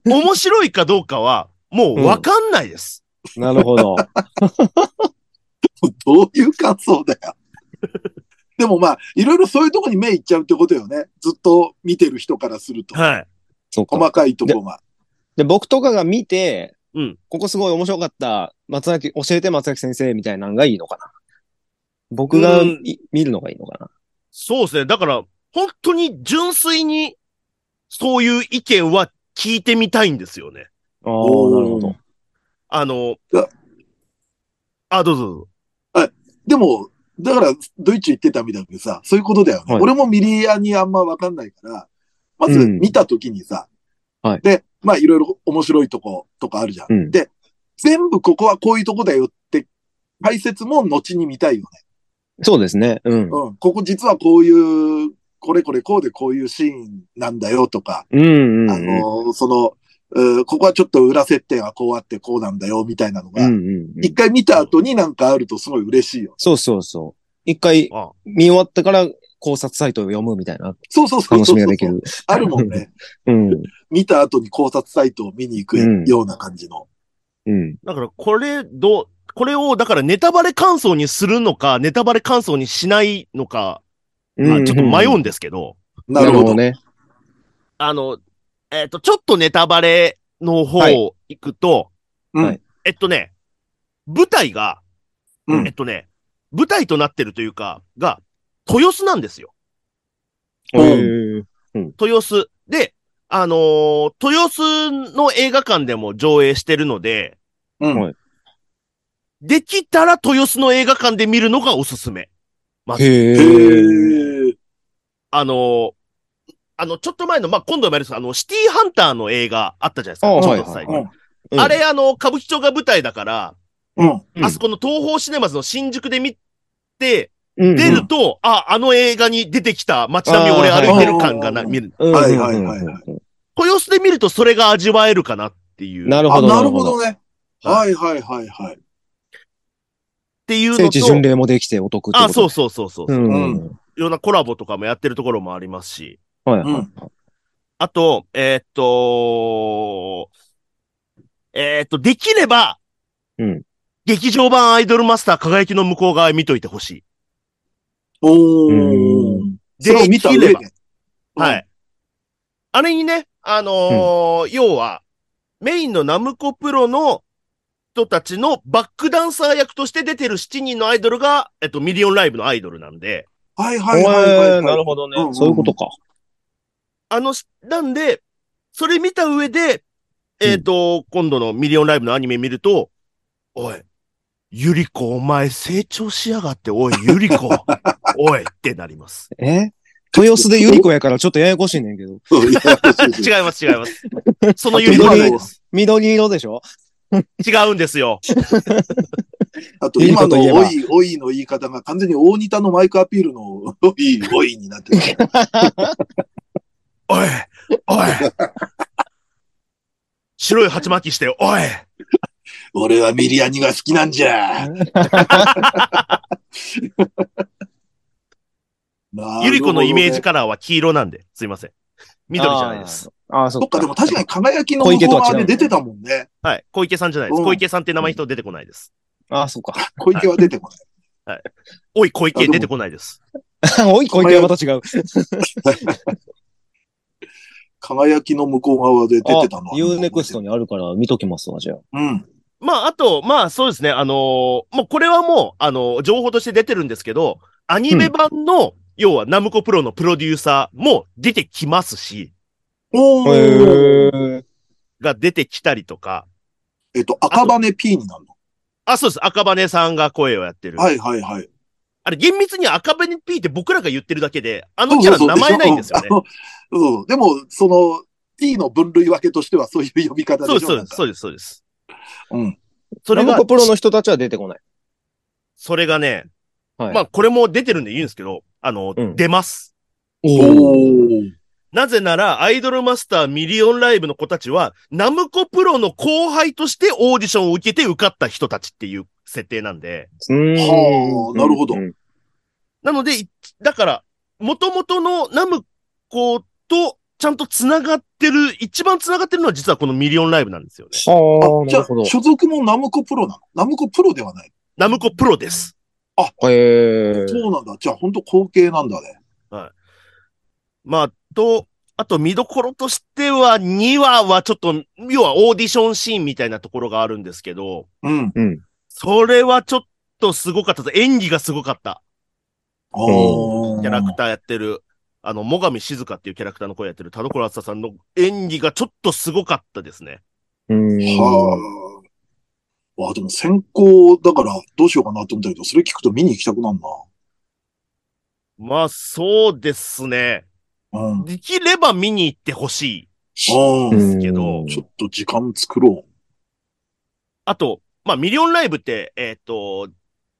Speaker 3: 面白いかどうかは、もうわかんないです。
Speaker 2: なるほど。
Speaker 1: どういう感想 だよ。でもまあ、いろいろそういうとこに目いっちゃうってことよね。ずっと見てる人からすると。
Speaker 3: はい。
Speaker 2: そうか。
Speaker 1: 細かいとこが。
Speaker 2: で、僕とかが見て、
Speaker 3: うん
Speaker 2: ここすごい面白かった、松崎、教えて松崎先生みたいなのがいいのかな。僕が
Speaker 3: うん
Speaker 2: い見るのがいいのかな。
Speaker 3: そうですね。だから、本当に純粋に、そういう意見は聞いてみたいんですよね。
Speaker 2: ああ、な
Speaker 1: おー
Speaker 2: るほど。
Speaker 3: あの
Speaker 1: うわ、
Speaker 3: あ、どうぞどうぞ。
Speaker 1: でも、だから、ドイツ行ってたみたいでさ、そういうことだよね。
Speaker 2: はい
Speaker 1: 俺もミリアにあんまわかんないから、まず
Speaker 2: うん
Speaker 1: 見たときにさ、
Speaker 2: はい
Speaker 1: で、まあいろいろ面白いとことかあるじゃん。
Speaker 2: うん
Speaker 1: で、全部ここはこういうとこだよって、解説も後に見たいよね。
Speaker 2: そうですね。うん。
Speaker 1: うん。ここ実はこういう、これこれこうでこういうシーンなんだよとか、
Speaker 2: うんうんうん。
Speaker 1: あの、その、うーここはちょっと裏設定はこうあってこうなんだよみたいなの
Speaker 2: うん
Speaker 1: が、
Speaker 2: うんうん
Speaker 1: 一回見た後になんかあるとすごい嬉しいよ。
Speaker 2: そうそうそう。一回
Speaker 3: あ
Speaker 2: 見終わってから考察サイトを読むみたいな
Speaker 1: そうそうそう
Speaker 2: 楽し
Speaker 1: そう
Speaker 2: み
Speaker 1: そ
Speaker 2: が
Speaker 1: う
Speaker 2: できる。
Speaker 1: あるもんね。
Speaker 2: うん。
Speaker 1: 見た後に考察サイトを見に行
Speaker 2: うん
Speaker 1: くような感じの。
Speaker 2: うん。
Speaker 3: だから、これ、どう、これを、だから、ネタバレ感想にするのか、ネタバレ感想にしないのか、まあちょっと迷うんですけど、
Speaker 1: なるほど。
Speaker 2: ね。
Speaker 3: あの、えっ、と、ちょっとネタバレの方
Speaker 2: はい
Speaker 3: 行くと、
Speaker 1: うん
Speaker 2: はい
Speaker 3: えっとね、舞台が、
Speaker 1: うん
Speaker 3: えっとね、舞台となってるというか、が、豊洲なんですよ。
Speaker 1: うん
Speaker 2: へー
Speaker 3: 豊洲。で、あのー豊洲の映画館でも上映してるので、
Speaker 1: うん
Speaker 2: はい
Speaker 3: できたら豊洲の映画館で見るのがおすすめ。
Speaker 1: へ
Speaker 2: へえ。
Speaker 1: ー
Speaker 3: あのーあの、ちょっと前の、まあ、今度もやるんですけど、あの、シティハンターの映画あったじゃないですか。
Speaker 2: あ
Speaker 3: ちょっと
Speaker 2: はいはい
Speaker 3: 最
Speaker 1: う
Speaker 3: 後
Speaker 1: ん
Speaker 2: うん
Speaker 3: あれ、あの、歌舞伎町が舞台だから、
Speaker 1: うん。
Speaker 2: うん
Speaker 3: あそこの東宝シネマズの新宿で見て、
Speaker 2: 出。
Speaker 3: 出ると、あ、あの映画に出てきた街並み俺歩いてる感がな、
Speaker 1: あー
Speaker 3: 見る。
Speaker 1: はいはいはいはい
Speaker 3: 豊洲で見るとそれが味わえるかなっていう。
Speaker 2: なる
Speaker 1: あ、
Speaker 2: ほど。
Speaker 1: なるほどね。
Speaker 3: は
Speaker 1: はいはいはいはい。
Speaker 3: っていうのと。
Speaker 2: 聖地巡礼もできてお得ってこと
Speaker 3: あ、そうそうそうそう。
Speaker 2: う
Speaker 3: い
Speaker 2: ん。
Speaker 1: う
Speaker 3: ろんなコラボとかもやってるところもありますし。
Speaker 2: はい
Speaker 1: うん
Speaker 2: はい。
Speaker 3: あと、えーっと、えーっと、できれば、
Speaker 2: うん
Speaker 3: 劇場版アイドルマスター輝きの向こう側へ見といてほし
Speaker 1: お
Speaker 2: う
Speaker 1: ー。
Speaker 3: い。
Speaker 1: それを見た上で
Speaker 3: でき。は
Speaker 1: うん。
Speaker 3: い。あれにね、あのー要は、メインのナムコプロの人たちのバックダンサー役として出てる7人のアイドルが、えっと、ミリオンライブのアイドルなんで、
Speaker 1: はいはいはいはい。
Speaker 2: なるほど
Speaker 1: うんう
Speaker 2: ね。
Speaker 1: ん
Speaker 2: そういうことか。
Speaker 3: あの、なんで、それ見た上で、えっ、と、今度のミリオンライブのアニメ見ると、おい、ゆりこお前成長しやがって、おい、ゆ りこ、おいってなります。
Speaker 2: え豊洲でゆり子やからちょっとややこしいねんけど。
Speaker 1: ど。いや
Speaker 3: 違います、違います。そのゆりこ
Speaker 2: あ
Speaker 3: じ
Speaker 2: と今
Speaker 3: ゃない
Speaker 2: の
Speaker 3: です。
Speaker 2: 緑色でしょ
Speaker 3: 違うんですよ。
Speaker 1: あと今の
Speaker 2: いいこと
Speaker 1: お
Speaker 2: 言
Speaker 1: い、おいの言い方が完全に大仁田のマイクアピールの おい、おいになってる。
Speaker 3: おい、 おい。白い鉢巻きして、おい。
Speaker 1: 俺はミリアニが好きなんじゃ。
Speaker 3: ゆりこのイメージ
Speaker 1: か。
Speaker 3: カラーは黄色なんで、すいません。緑じゃないです。。
Speaker 2: あーあー、そ
Speaker 1: そ
Speaker 2: っ
Speaker 1: っか、
Speaker 2: か。
Speaker 1: でも確かに輝きの向こう側で出てたもんね。
Speaker 3: はい。小池さんじゃないです。
Speaker 1: うん
Speaker 3: 小池さんって名前人出てこないです。
Speaker 2: ああ、そっか。
Speaker 1: 小池は出てこない。
Speaker 3: おい、小
Speaker 1: あ
Speaker 3: 池
Speaker 1: でも
Speaker 3: 出てこないです。
Speaker 2: おい、小池はまた違う。
Speaker 1: 輝きの向こう側で出てたのは。
Speaker 2: ユーネクストにあるから見ときますわ、じゃあ。
Speaker 1: うん。
Speaker 3: まあ、あと、まあ、そうですね。あのーもうこれはもう、あのー情報として出てるんですけど、アニメ版の、要はナムコプロのプロデューサーも出てきますし、
Speaker 1: おー。
Speaker 2: へえ。
Speaker 3: が出てきたりとか、
Speaker 1: えっと、赤羽 P になるの。
Speaker 3: あ、そうです。赤羽さんが声をやってる。
Speaker 1: はいはいはい。
Speaker 3: あれ、厳密には赤ベネ P って僕らが言ってるだけで、あのキャラ名前ないんですよね。
Speaker 1: そうそうそう。あのうんでも、その、T の分類分けとしてはそういう呼び方でし
Speaker 3: そ
Speaker 1: ょ
Speaker 3: うです、そうで
Speaker 1: う
Speaker 3: す、そうです、そうです。
Speaker 1: うん。
Speaker 3: それ
Speaker 2: ラブ
Speaker 3: が
Speaker 2: コ、プロの人たちは出てこない。
Speaker 3: それがね、
Speaker 2: はい
Speaker 3: まあ、これも出てるんで言うんですけど、あの、
Speaker 2: うん
Speaker 3: 出ます。
Speaker 2: ー。
Speaker 1: おー。
Speaker 3: なぜなら、アイドルマスターミリオンライブの子たちは、ナムコプロの後輩としてオーディションを受けて受かった人たちっていう設定なんで。
Speaker 2: うーん
Speaker 1: はあなるほど
Speaker 2: うん
Speaker 3: なので、いだから、元々のナムコとちゃんと繋がってる、一番繋がってるのは実はこのミリオンライブなんですよね。
Speaker 2: はあ、
Speaker 1: あ、じ
Speaker 2: な
Speaker 1: ゃ
Speaker 2: る
Speaker 1: あ
Speaker 2: ほど、。
Speaker 1: 所属もナムコプロなのナムコプロではない。
Speaker 3: ナムコプロです。
Speaker 2: へえ。
Speaker 1: そうなんだ。じゃあ、本当後継なんだね。
Speaker 3: まあ、と、あと見どころとしては、2話はちょっと、要はオーディションシーンみたいなところがあるんですけど、
Speaker 1: うん。
Speaker 3: それはちょっとすごかったです。演技がすごかった。
Speaker 1: あー
Speaker 3: キャラクターやってる、あの、最上静香っていうキャラクターの声やってる田所あつささんの演技がちょっとすごかったですね。
Speaker 2: うーん
Speaker 1: はあ。あ、でも先行だからどうしようかなと思ったけど、それ聞くと見に行きたくなる
Speaker 3: まあ、そうですね。
Speaker 1: な。うん。
Speaker 3: できれば見に行ってほしい。
Speaker 1: あ
Speaker 2: うん
Speaker 1: あ、
Speaker 3: ですけど
Speaker 1: ちょっと時間作ろ
Speaker 3: あと、まあ、ミリオンライブって、えっ、と、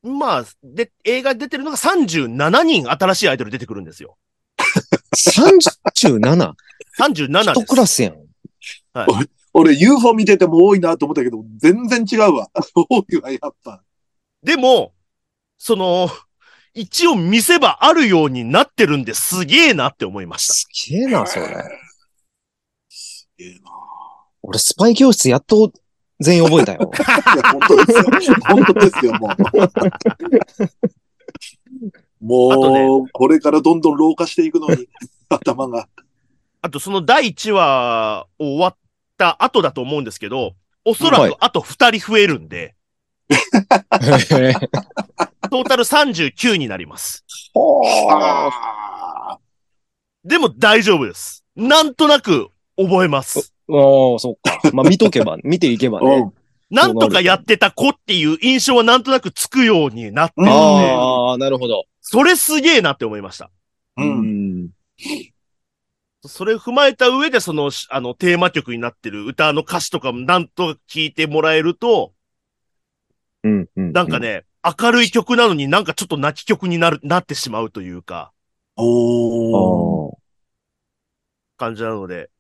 Speaker 3: まあ、で、映画に出てるのが37人新しいアイドル出てくるんですよ。
Speaker 2: 37?
Speaker 3: 37で
Speaker 2: 一
Speaker 3: す。
Speaker 2: クラスやん。
Speaker 1: う。俺 UFO 見てても多いなと思ったけど、全然違うわ。 多いわ、やっぱ。
Speaker 3: でも、その、一応見せばあるようになってるんですげえなって思いました。
Speaker 2: すげえな、それ。
Speaker 1: ええな。
Speaker 2: 俺、スパイ教室やっと全員覚えたよ。
Speaker 1: いや、本当ですよ。本当ですよ、もう。
Speaker 3: あ
Speaker 1: も
Speaker 3: と
Speaker 1: う、これからどんどん老化していくのに、頭が。
Speaker 3: あとその第1話を終わった後だと思うんですけど、おそら
Speaker 2: はい
Speaker 3: くあと2人増えるんで、トータル39になります。
Speaker 2: はあ
Speaker 1: あ
Speaker 3: でも大丈夫です。なんとなく覚えます。
Speaker 2: ああ、そっか。まあ、見とけば、見ていけば
Speaker 1: あ。う
Speaker 2: ね
Speaker 1: ん。。
Speaker 3: なんとかやってた子っていう印象はなんとなくつくようになってるんで、
Speaker 2: ああ、なるほど。
Speaker 3: それすげえなって思いました。
Speaker 1: うん。
Speaker 2: ん。
Speaker 3: それを踏まえた上で、その、しあの、テーマ曲になってる歌の歌詞とかもなんとか聞いてもらえると、
Speaker 2: うん。うん
Speaker 3: なんか。ね、明るい曲なのになんかちょっと泣き曲になる、なってしまうというか、
Speaker 2: あ
Speaker 1: おー
Speaker 2: ー
Speaker 3: 感じなので、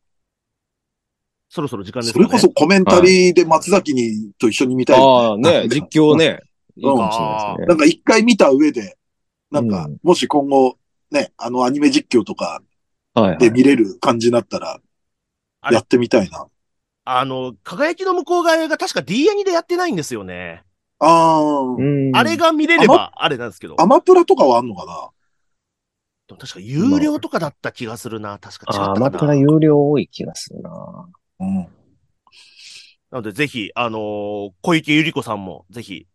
Speaker 3: そろそろ時間です
Speaker 1: そ
Speaker 3: かね。
Speaker 1: れこそコメンタリーで松崎にと一緒に見たい。
Speaker 2: あー、ね、実況ね。いいかもしれない
Speaker 1: な
Speaker 2: で
Speaker 1: んか一回見た上で、なんか
Speaker 2: うん、
Speaker 1: もし今後、ね、あのアニメ実況とか
Speaker 2: すね。はいは
Speaker 1: で
Speaker 2: い。
Speaker 1: 見れる感じになったら、
Speaker 3: あれ
Speaker 1: やってみたいな。
Speaker 3: あの、輝きの向こう側が確か D アニでやってないんですよね。
Speaker 1: あ
Speaker 2: う
Speaker 1: ー
Speaker 2: ん
Speaker 3: あれが見れれば、あれなんですけど、
Speaker 1: アマプラとかはあんのかな
Speaker 3: でも確か有料とかだった気がするな。確か違った
Speaker 2: あー、
Speaker 3: か
Speaker 2: ま
Speaker 3: な。
Speaker 2: た有料多い気がするな。
Speaker 1: うん。
Speaker 3: なので、ぜひ、あのー小池百合子さんも、ぜひ、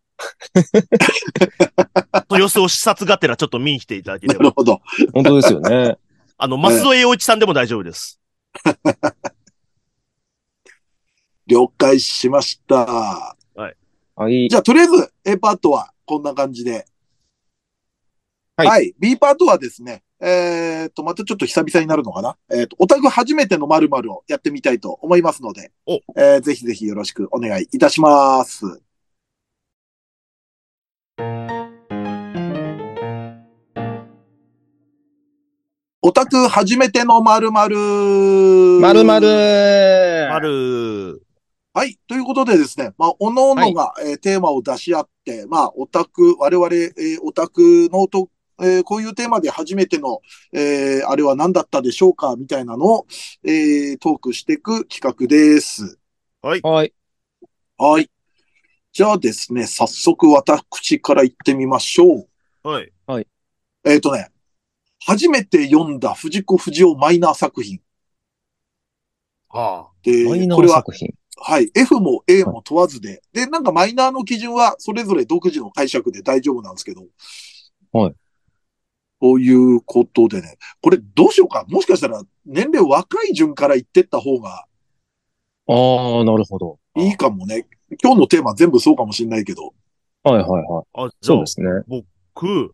Speaker 3: 豊洲を視察がてらちょっと見に来ていただけ
Speaker 1: な
Speaker 3: れ
Speaker 1: る
Speaker 3: ば。
Speaker 1: ほど。
Speaker 2: 本当ですよね。
Speaker 3: あの、増添洋一さんでも大丈夫です。
Speaker 1: 了解しました。
Speaker 2: はい
Speaker 1: じ。ゃあ、とりあえず A パートはこんな感じで。
Speaker 2: はい
Speaker 1: B パートはですね、えっ、と、またちょっと久々になるのかなえっ、と、オタク初めての〇〇をやってみたいと思いますので、
Speaker 3: お
Speaker 1: えーぜひぜひよろしくお願いいたします。オタク初めての〇〇。
Speaker 2: まるまる
Speaker 3: ある、
Speaker 1: はい。ということでですね、まあ、おのおのが、えーテーマを出し合って、まあ、オタク、我々、えーオタクのと、えーこういうテーマで初めての、えーあれは何だったでしょうか、みたいなのを、えートークしていく企画です。
Speaker 2: はい。
Speaker 1: はい。じゃあですね、早速私から行ってみましょう。
Speaker 3: はい。
Speaker 1: えっ、とね、初めて読んだ藤子不二雄マイナー作品。
Speaker 3: あ
Speaker 1: で
Speaker 2: マイナ
Speaker 1: これ
Speaker 2: ー
Speaker 1: は
Speaker 2: 作品。
Speaker 1: はい。F も A も問わずで。で、なんかマイナーの基準はそれぞれ独自の解釈で大丈夫なんですけど。
Speaker 2: はい。
Speaker 1: ということでね。これどうしようか。もしかしたら年齢若い順から言ってった方が
Speaker 2: ああ、なるほど。
Speaker 1: いいかもね。今日のテーマ全部そうかもしれないけど。
Speaker 2: はいはいはい。
Speaker 3: あ。あ、じゃ
Speaker 2: そう
Speaker 3: あ
Speaker 2: で、すね。
Speaker 3: 僕、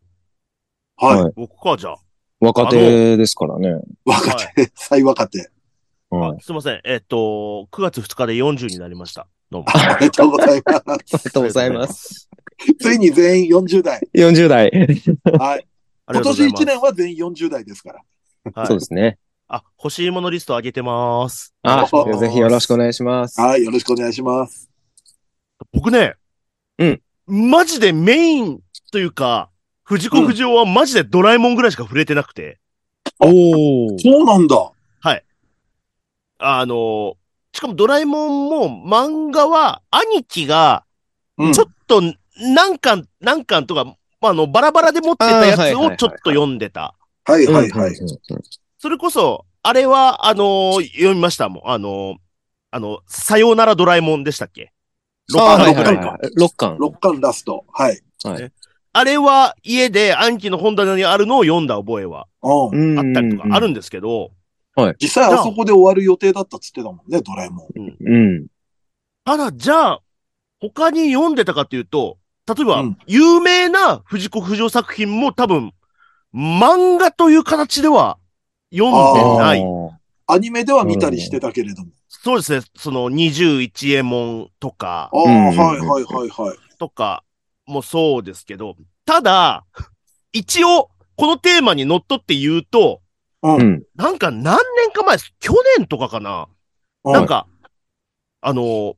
Speaker 1: はい。
Speaker 2: はい
Speaker 3: 僕か、じゃあ。
Speaker 2: 若手ですからね。
Speaker 1: 若手、 最若手。
Speaker 2: はい。あり
Speaker 3: すいません。えっと、9月2日で40になりました。どうも。
Speaker 1: ありがとうございます。
Speaker 2: がとうございます。
Speaker 3: す。
Speaker 1: ついに全員40代。
Speaker 2: 40代。
Speaker 1: はい。
Speaker 3: あ
Speaker 1: 今
Speaker 3: りがとうご
Speaker 1: 年
Speaker 3: ざいます
Speaker 1: 1年は全員40代ですから。
Speaker 3: はい
Speaker 2: そうですね。
Speaker 3: あ、欲しいものリスト上げてます。
Speaker 2: あ
Speaker 1: おー、
Speaker 2: ぜひよろしくお願いします。
Speaker 1: はい。よろしくお願いします。
Speaker 3: 僕ね、
Speaker 2: うん。
Speaker 3: マジでメインというか、藤子不二雄はマジでドラえもんぐらいしか触れてなくて、
Speaker 2: おお。
Speaker 1: そうなんだ。
Speaker 3: あの、しかもドラえもんも漫画は兄貴が、
Speaker 1: うん
Speaker 3: ちょっと何巻、何巻とか、まあ、あの、バラバラで持ってたや
Speaker 2: あーはい
Speaker 3: つ
Speaker 2: はいはいは
Speaker 3: を
Speaker 2: い
Speaker 3: ちょっと読んでた。
Speaker 1: はいはいはい。
Speaker 2: うんうんうん
Speaker 3: それこそ、あれは、あのー読みましたもん。あのーあの、さようならドラえもんでしたっけ
Speaker 2: あ
Speaker 1: 巻
Speaker 2: ー、はい
Speaker 1: 六
Speaker 2: はい
Speaker 1: 巻
Speaker 2: は
Speaker 1: か
Speaker 2: い。6巻。
Speaker 1: 6巻ラスト。はい。
Speaker 3: あれは家で兄貴の本棚にあるのを読んだ覚えは
Speaker 1: うん。
Speaker 3: あったりとかあるんですけど、
Speaker 1: 実際あそこで終わる予定だったっつってたもんね、ドラえもん。
Speaker 2: うん。
Speaker 3: ただじゃあ、他に読んでたかというと、例えば、
Speaker 1: うん
Speaker 3: 有名な藤子不二雄作品も多分、漫画という形では読んで
Speaker 1: あ
Speaker 3: ない。
Speaker 1: アニメでは見たりしてたけれども。
Speaker 3: そうですね、その21エモンとか
Speaker 1: あ、あ、
Speaker 2: うん
Speaker 1: はいはいはいはい。
Speaker 3: とかもそうですけど、ただ、一応、このテーマにのっとって言うと、
Speaker 1: う。
Speaker 2: うんん。
Speaker 3: なんか何年か前です、去年とかかな、
Speaker 1: はい
Speaker 3: なんか、あのー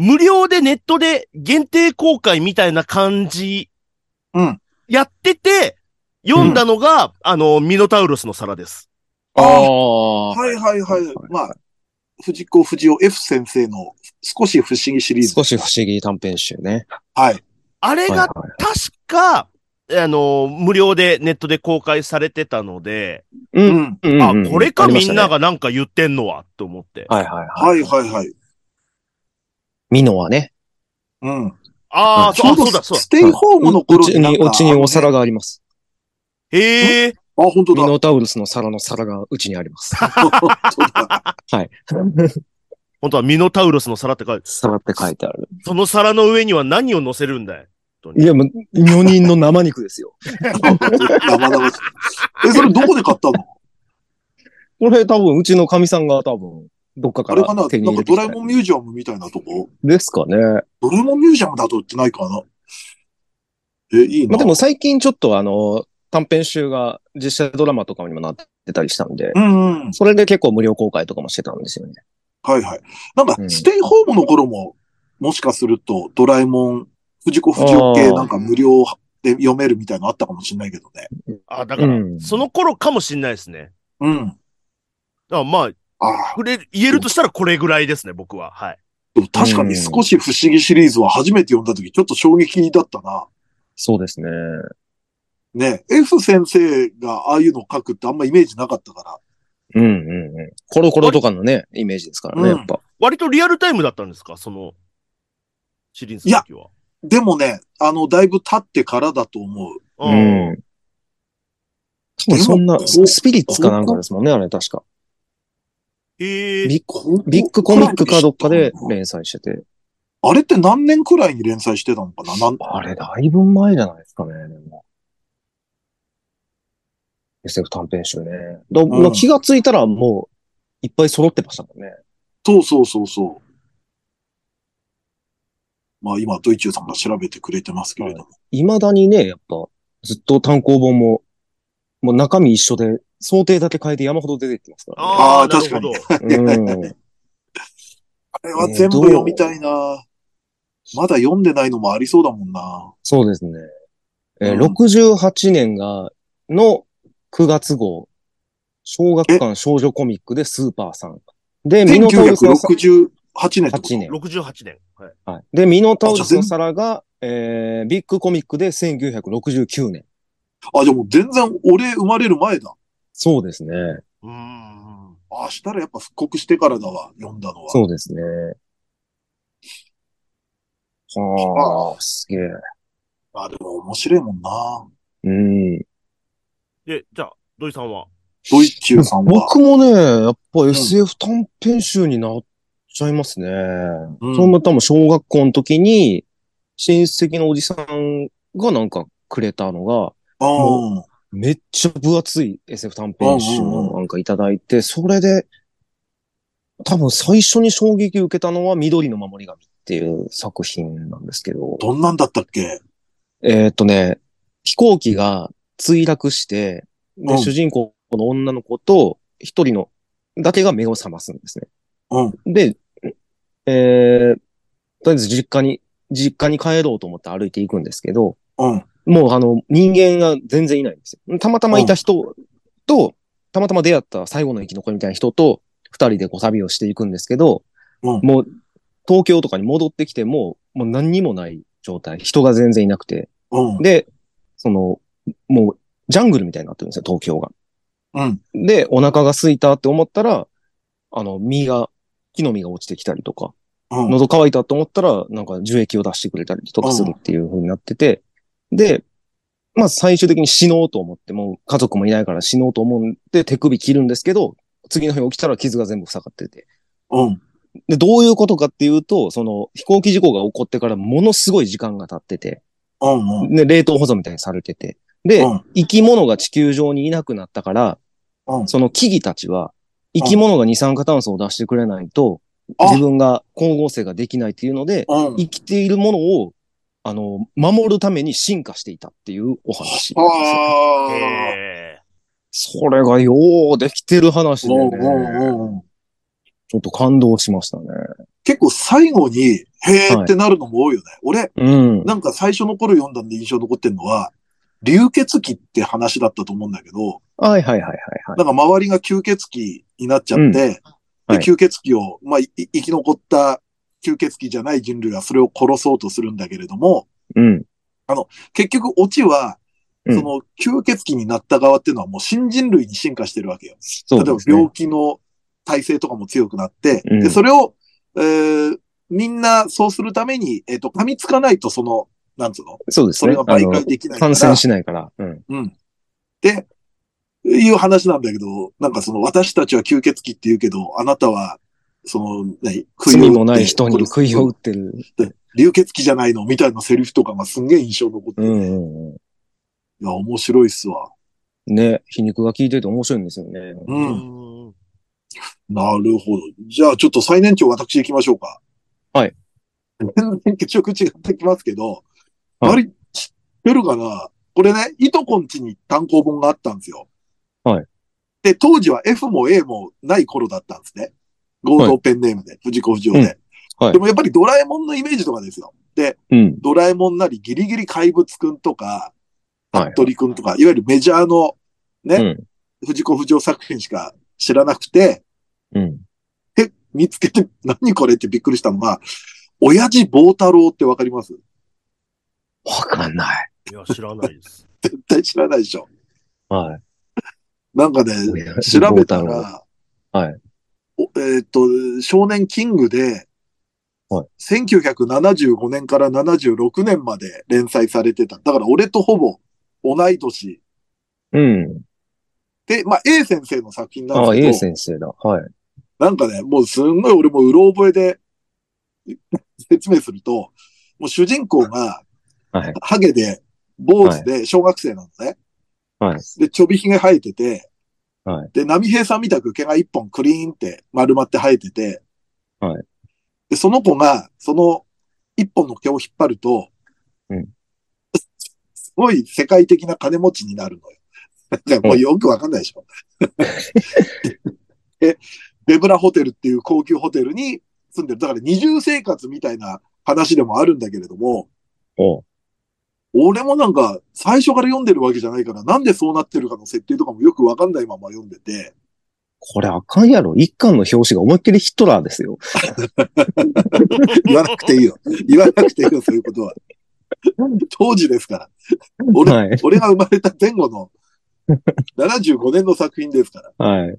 Speaker 3: 無料でネットで限定公開みたいな感じ、
Speaker 1: うん
Speaker 3: やってて、読んだのが、あのーミノタウロスの皿です。
Speaker 2: ああ。
Speaker 1: はいはいはい。まあ、藤子不二雄 F 先生の少し不思議シリーズ。
Speaker 2: 少し不思議短編集ね。
Speaker 1: はい。
Speaker 3: あれ
Speaker 2: はいは
Speaker 3: が確か、あのー無料でネットで公開されてたので、
Speaker 2: い。う。
Speaker 1: うんん。
Speaker 2: うん
Speaker 3: あ、これかみんな。
Speaker 2: ありましたね
Speaker 3: がなんか言ってんのは、と思って。
Speaker 2: はいはいは。
Speaker 1: はいいはいはい。
Speaker 2: ミノはね。
Speaker 1: うん。
Speaker 3: ああ、
Speaker 1: ちょ
Speaker 3: そうう
Speaker 1: ど
Speaker 3: そうだ、そうだ
Speaker 1: ス。テイホームの頃
Speaker 2: うち
Speaker 1: なん
Speaker 2: に、
Speaker 1: か
Speaker 2: うちにお皿があります。
Speaker 3: へえ、
Speaker 1: あ、本当
Speaker 2: ミ
Speaker 1: だ。
Speaker 2: ノタウルスの皿の皿がうちにあ ります。
Speaker 1: 本当だ
Speaker 2: はい。
Speaker 3: 本当はミノタウロスの皿って書いて、
Speaker 2: 皿って書いてある。
Speaker 3: その皿の上には何を乗せるんだい
Speaker 2: いや、もう、4人の生肉ですよ。
Speaker 1: 生々しいえ、それどこで買ったの
Speaker 2: これ多分、うちのかみさんが多分、どっか
Speaker 1: あ
Speaker 2: か
Speaker 1: れかなな
Speaker 2: ら
Speaker 1: んか
Speaker 2: 手に入れて
Speaker 1: ド
Speaker 2: き
Speaker 1: ラ
Speaker 2: た
Speaker 1: え
Speaker 2: や
Speaker 1: もんミュージアムみたいなとこ
Speaker 2: つですかね。
Speaker 1: ドラえもんミュージアムだと売ってないかなえ、いい
Speaker 2: ま
Speaker 1: な。
Speaker 2: あでも最近ちょっとあの、短編集が実写ドラマとかにもなってたりしたんで、
Speaker 1: うんうん。
Speaker 2: それで結構無料公開とかもしてたんですよね。
Speaker 1: はいはい。なんか
Speaker 2: う、ん
Speaker 1: ステイホームの頃も、もしかすると、ドラえもん、藤子不二雄系
Speaker 2: あー
Speaker 1: なんか無料で読めるみたいのあったかもしれないけどね。
Speaker 3: あ、だから、
Speaker 2: うん
Speaker 3: その頃かもしんないですね。
Speaker 1: うん。
Speaker 3: だからまあ、
Speaker 1: ああ、
Speaker 3: 触れる、言えるとしたらこれぐらいですね、僕は。はい。
Speaker 1: でも確かに少し不思議シリーズは初めて読んだ時、ちょっと衝撃だったな。
Speaker 2: そうですね。
Speaker 1: ね、F 先生がああいうの書くってあんまイメージなかったか
Speaker 2: うんうんうん。コロコロとかのね、イメージですからね、
Speaker 1: うん
Speaker 2: やっぱ。
Speaker 3: 割とリアルタイムだったんですかその、シリーズの時は。
Speaker 1: ら。でもね、あの、だいぶ経ってからだと思う。
Speaker 2: う
Speaker 3: うん
Speaker 2: ん。多分そんな、
Speaker 1: でもこう
Speaker 2: スピリッツかなんかですもんね、あれ確か。
Speaker 3: へえ
Speaker 2: ビビッグコミックかどっかで連載してて。
Speaker 1: あれって何年くらいに連載してたのかななん
Speaker 2: あれ、だいぶ前じゃないですかね、でも。SF 短編集ね。だ
Speaker 1: ん
Speaker 2: な気がついたらもう、いっぱい揃ってましたもんね。
Speaker 1: そうそうそうそう。まあ今、ドイチューさんが調べてくれてますけれども。
Speaker 2: 未だにね、やっぱ、ずっと単行本も、もう中身一緒で、想定だけ変えて山ほど出てきますからね。
Speaker 3: あ
Speaker 1: あ
Speaker 3: あ、
Speaker 1: ー
Speaker 3: なるほど。
Speaker 2: うん。
Speaker 1: あれは全部読みたいな。まだ読んでないのもありそうだもんな。
Speaker 2: そうですね。えー
Speaker 1: うん
Speaker 2: 68年が、の9月号、小学館少女コミックでスーパーさん。で、ミノタウルスの皿
Speaker 1: 1968年ってこと
Speaker 2: 8年。
Speaker 3: 68年。はい。
Speaker 2: はい。で、ミノタウルスの皿が、えー、ビッグコミックで1969年。
Speaker 1: あ、でも全然俺生まれる前だ。
Speaker 2: そうですね。
Speaker 3: うーん。
Speaker 1: あ、したらやっぱ復刻してからだわ、読んだのは。
Speaker 2: そうですね。はあ、すげえ。
Speaker 1: あ、でも面白いもんな。
Speaker 2: うん。
Speaker 3: で、じゃあ、土井さんは
Speaker 1: ドイチューさんは。
Speaker 2: 僕もね、やっぱ SF 短編集になっちゃいますね。
Speaker 1: うん
Speaker 2: それも多分小学校の時に、親戚のおじさんがなんかくれたのが、
Speaker 1: うん。
Speaker 2: めっちゃ分厚い SF 短編集
Speaker 1: うんうん
Speaker 2: をなんかいただいて、それで、多分最初に衝撃を受けたのは緑の守り神っていう作品なんですけど、
Speaker 1: どんなんだったっけ
Speaker 2: えーっとね、飛行機が墜落して、で
Speaker 1: うん
Speaker 2: 主人公の女の子と一人のだけが目を覚ますんですね。
Speaker 1: うん。
Speaker 2: で、えー、とりあえず実家に、実家に帰ろうと思って歩いていくんですけど、
Speaker 1: うん。
Speaker 2: もうあの、人間が全然いないんですよ。たまたまいた人と、たまたま出会った最後の生き残りみたいな人と、二人でこう旅をしていくんですけど、
Speaker 1: うん
Speaker 2: もう、東京とかに戻ってきても、もう何にもない状態。人が全然いなくて。
Speaker 1: うん。
Speaker 2: で、その、もう、ジャングルみたいになってるんですよ、東京が。
Speaker 1: うん。
Speaker 2: で、お腹が空いたって思ったら、あの、実が、木の実が落ちてきたりとか、
Speaker 1: うん。
Speaker 2: 喉乾いたと思ったら、なんか樹液を出してくれたりとかするっていう風になってて、で、まあ最終的に死のうと思って、もう家族もいないから死のうと思って手首切るんですけど、次の日起きたら傷が全部塞がってて。
Speaker 1: うん。
Speaker 2: で、どういうことかっていうと、その飛行機事故が起こってからものすごい時間が経ってて、
Speaker 1: うん。うん。
Speaker 2: で、冷凍保存みたいにされてて。で、
Speaker 1: うん
Speaker 2: 生き物が地球上にいなくなったから、
Speaker 1: うん
Speaker 2: その木々たちは、生き物が二酸化炭素を出してくれないと、
Speaker 1: あ
Speaker 2: 自分が光合成ができないっていうので、
Speaker 1: うん。
Speaker 2: 生きているものを、あの、守るために進化していたっていうお話なんですよ。
Speaker 1: ああ。
Speaker 3: え
Speaker 2: それがようできてる話で
Speaker 1: うん
Speaker 2: ね、
Speaker 1: うんうん。
Speaker 2: ちょっと感動しましたね。
Speaker 1: 結構最後に、へーってなるのも多いよね。俺、
Speaker 2: うん。
Speaker 1: なんか最初の頃読んだんで印象残ってるのは、流血鬼って話だったと思うんだけど、
Speaker 2: はいはいはいはいはい。
Speaker 1: なんか周りが吸血鬼になっちゃって、
Speaker 2: うんはい
Speaker 1: で吸血鬼を、まあ、い生き残った吸血鬼じゃない人類はそれを殺そうとするんだけれども、
Speaker 2: うん。
Speaker 1: 結局オチは、
Speaker 2: うん
Speaker 1: その吸血鬼になった側っていうのはもう新人類に進化してるわけよ。
Speaker 2: そう
Speaker 1: 例え
Speaker 2: で
Speaker 1: ば
Speaker 2: すね
Speaker 1: 病。気の体制とかも強くなって、
Speaker 2: うん
Speaker 1: で、それを、えーみんなそうするために、えっ、と、噛みつかないとその、なんつうの
Speaker 2: そうです
Speaker 1: そ
Speaker 2: ね
Speaker 1: れが。
Speaker 2: あ
Speaker 1: 媒
Speaker 2: の
Speaker 1: 介、できないから。
Speaker 2: 感染しないから。うん。
Speaker 1: うん。で、いう話なんだけど、なんかその私たちは吸血鬼って言うけど、あなたは、その、何、食
Speaker 2: 罪のない人に
Speaker 1: 食
Speaker 2: 食
Speaker 1: い
Speaker 2: い
Speaker 1: を
Speaker 2: を
Speaker 1: 打
Speaker 2: 打
Speaker 1: っ
Speaker 2: ってる。
Speaker 1: て、流血鬼じゃないのみたいなセリフとかがすんげえ印象残って
Speaker 2: う
Speaker 1: て、
Speaker 2: ん
Speaker 1: い
Speaker 2: うんう
Speaker 1: や、面白いっすわ。
Speaker 2: ん。ね、皮肉が効いてて面白いんですよね。
Speaker 1: う
Speaker 3: ー
Speaker 1: ん。
Speaker 3: うん
Speaker 1: なるほど。じゃあちょっと最年長私行きましょうか。
Speaker 2: はい。
Speaker 1: 全然血色違ってきますけど、
Speaker 2: はい
Speaker 1: 割り知ってるかなこれね、いとこんちに単行本があったんですよ。
Speaker 2: はい。
Speaker 1: で、当時は F も A もない頃だったんですね。合同ペンネームで、藤子不二雄で、
Speaker 2: うんはい
Speaker 1: でもやっぱりドラえもんのイメージとかですよ。で、
Speaker 2: うん。
Speaker 1: ドラえもんなりギリギリ怪物くんとか、
Speaker 2: はい。
Speaker 1: 鳥くんとか、いわゆるメジャーの
Speaker 2: うん。
Speaker 1: 藤子不二雄作品しか知らなくて、
Speaker 2: うん。
Speaker 1: え、見つけて、何これってびっくりしたのが、親父棒太郎ってわかります
Speaker 2: わかんない。
Speaker 3: いや、知らないです。
Speaker 1: 絶対知らないでしょ。
Speaker 2: はい。
Speaker 1: なんかね、調べたら、
Speaker 2: はい。
Speaker 1: おえーっと、少年キングで、
Speaker 2: はい
Speaker 1: 1975年から76年まで連載されてた。だから俺とほぼ同い年。
Speaker 2: うん。
Speaker 1: で、まあ A 先生の作品なん
Speaker 2: ああ、
Speaker 1: で
Speaker 2: A
Speaker 1: すけ
Speaker 2: 先生だ。はい。
Speaker 1: ど、なんかね、もうすんごい俺もうろ覚えで 説明すると、もう主人公が
Speaker 2: はい。
Speaker 1: ハゲで、坊主で、小学生なのね。
Speaker 2: はい。
Speaker 1: で、ちょびひげ生えてて、
Speaker 2: はい
Speaker 1: で、波平さんみたく毛が一本クリーンって丸まって生えてて、
Speaker 2: はい
Speaker 1: で、その子が、その一本の毛を引っ張ると、
Speaker 2: うん
Speaker 1: すごい世界的な金持ちになるのよ。 なんかもうよくわかんないでしょ。 で、ベブラホテルっていう高級ホテルに住んでる。だから二重生活みたいな話でもあるんだけれども、
Speaker 2: おう
Speaker 1: 俺もなんか、最初から読んでるわけじゃないから、なんでそうなってるかの設定とかもよくわかんないまま読んでて、
Speaker 2: これあかんやろ。一巻の表紙が思いっきりヒットラーですよ。
Speaker 1: 言わなくていいよ。言わなくていいよ、そういうことは。当時ですから。俺、
Speaker 2: はい。
Speaker 1: 俺が生まれた前後の75年の作品ですから。
Speaker 2: はい。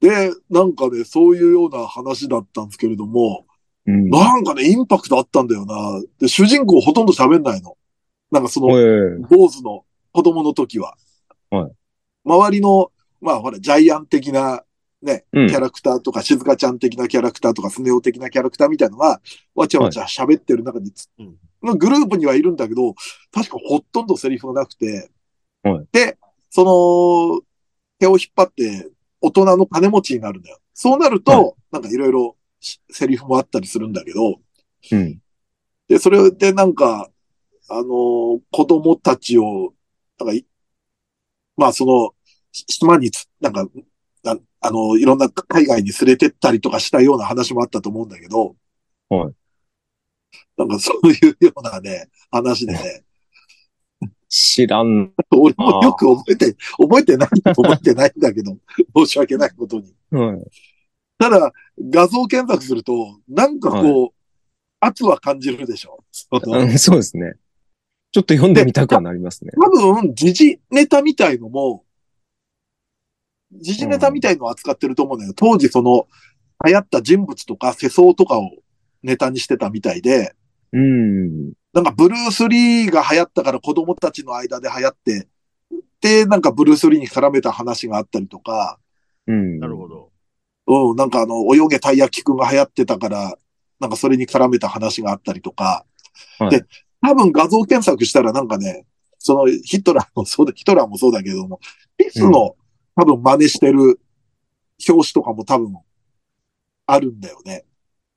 Speaker 1: で、なんかね、そういうような話だったんですけれども、
Speaker 2: うん。え
Speaker 1: なんかね、インパクトあったんだよな。で、主人公ほとんど喋んないの。なんかその、
Speaker 2: え
Speaker 1: 坊主の子供の時は。
Speaker 2: はい
Speaker 1: 周りの、まあほら、ジャイアン的なね、
Speaker 2: う
Speaker 1: キ
Speaker 2: ん
Speaker 1: ャラクターとか、静香ちゃん的なキャラクターとか、スネ夫的なキャラクターみたいのが、わちゃわちゃ喋ってる中につ、
Speaker 3: うん
Speaker 1: のグループにはいるんだけど、確かほとんどセリフがなくて、
Speaker 2: はい
Speaker 1: で、その、手を引っ張って大人の金持ちになるんだよ。そうなると、なんかいろいろしセリフもあったりするんだけど、
Speaker 2: うん。
Speaker 1: で、それでなんか、あのー子供たちを、なんかい、まあその、し島につ、なんか、なあのーいろんな海外に連れてったりとかしたような話もあったと思うんだけど、
Speaker 2: はい。
Speaker 1: なんかそういうようなね、話でね、
Speaker 2: 知らん。
Speaker 1: 俺もよく覚えて、覚えてない、覚えてないんだけど、 申し訳ないことに。
Speaker 2: うん。
Speaker 1: ただ、画像検索すると、なんかこう、圧は感じるでしょ。その
Speaker 2: うんそうですね。ちょっと読んでみたくはなりますね。
Speaker 1: 多分、時事ネタみたいのも、時事ネタみたいのを扱ってると思うんだけど、当時その、流行った人物とか世相とかをネタにしてたみたいで、
Speaker 2: うん。
Speaker 1: なんかブルース・リーが流行ったから子供たちの間で流行って、で、なんかブルース・リーに絡めた話があったりとか、
Speaker 2: うん。
Speaker 3: なるほど。
Speaker 1: うん、なんかあの、泳げたい焼きくんが流行ってたから、なんかそれに絡めた話があったりとか、
Speaker 2: はい
Speaker 1: で、多分画像検索したらなんかね、そのヒトラーもそうだ、ヒトラーもそうだけども、ピスの、多分真似してる表紙とかも多分あるんだよね。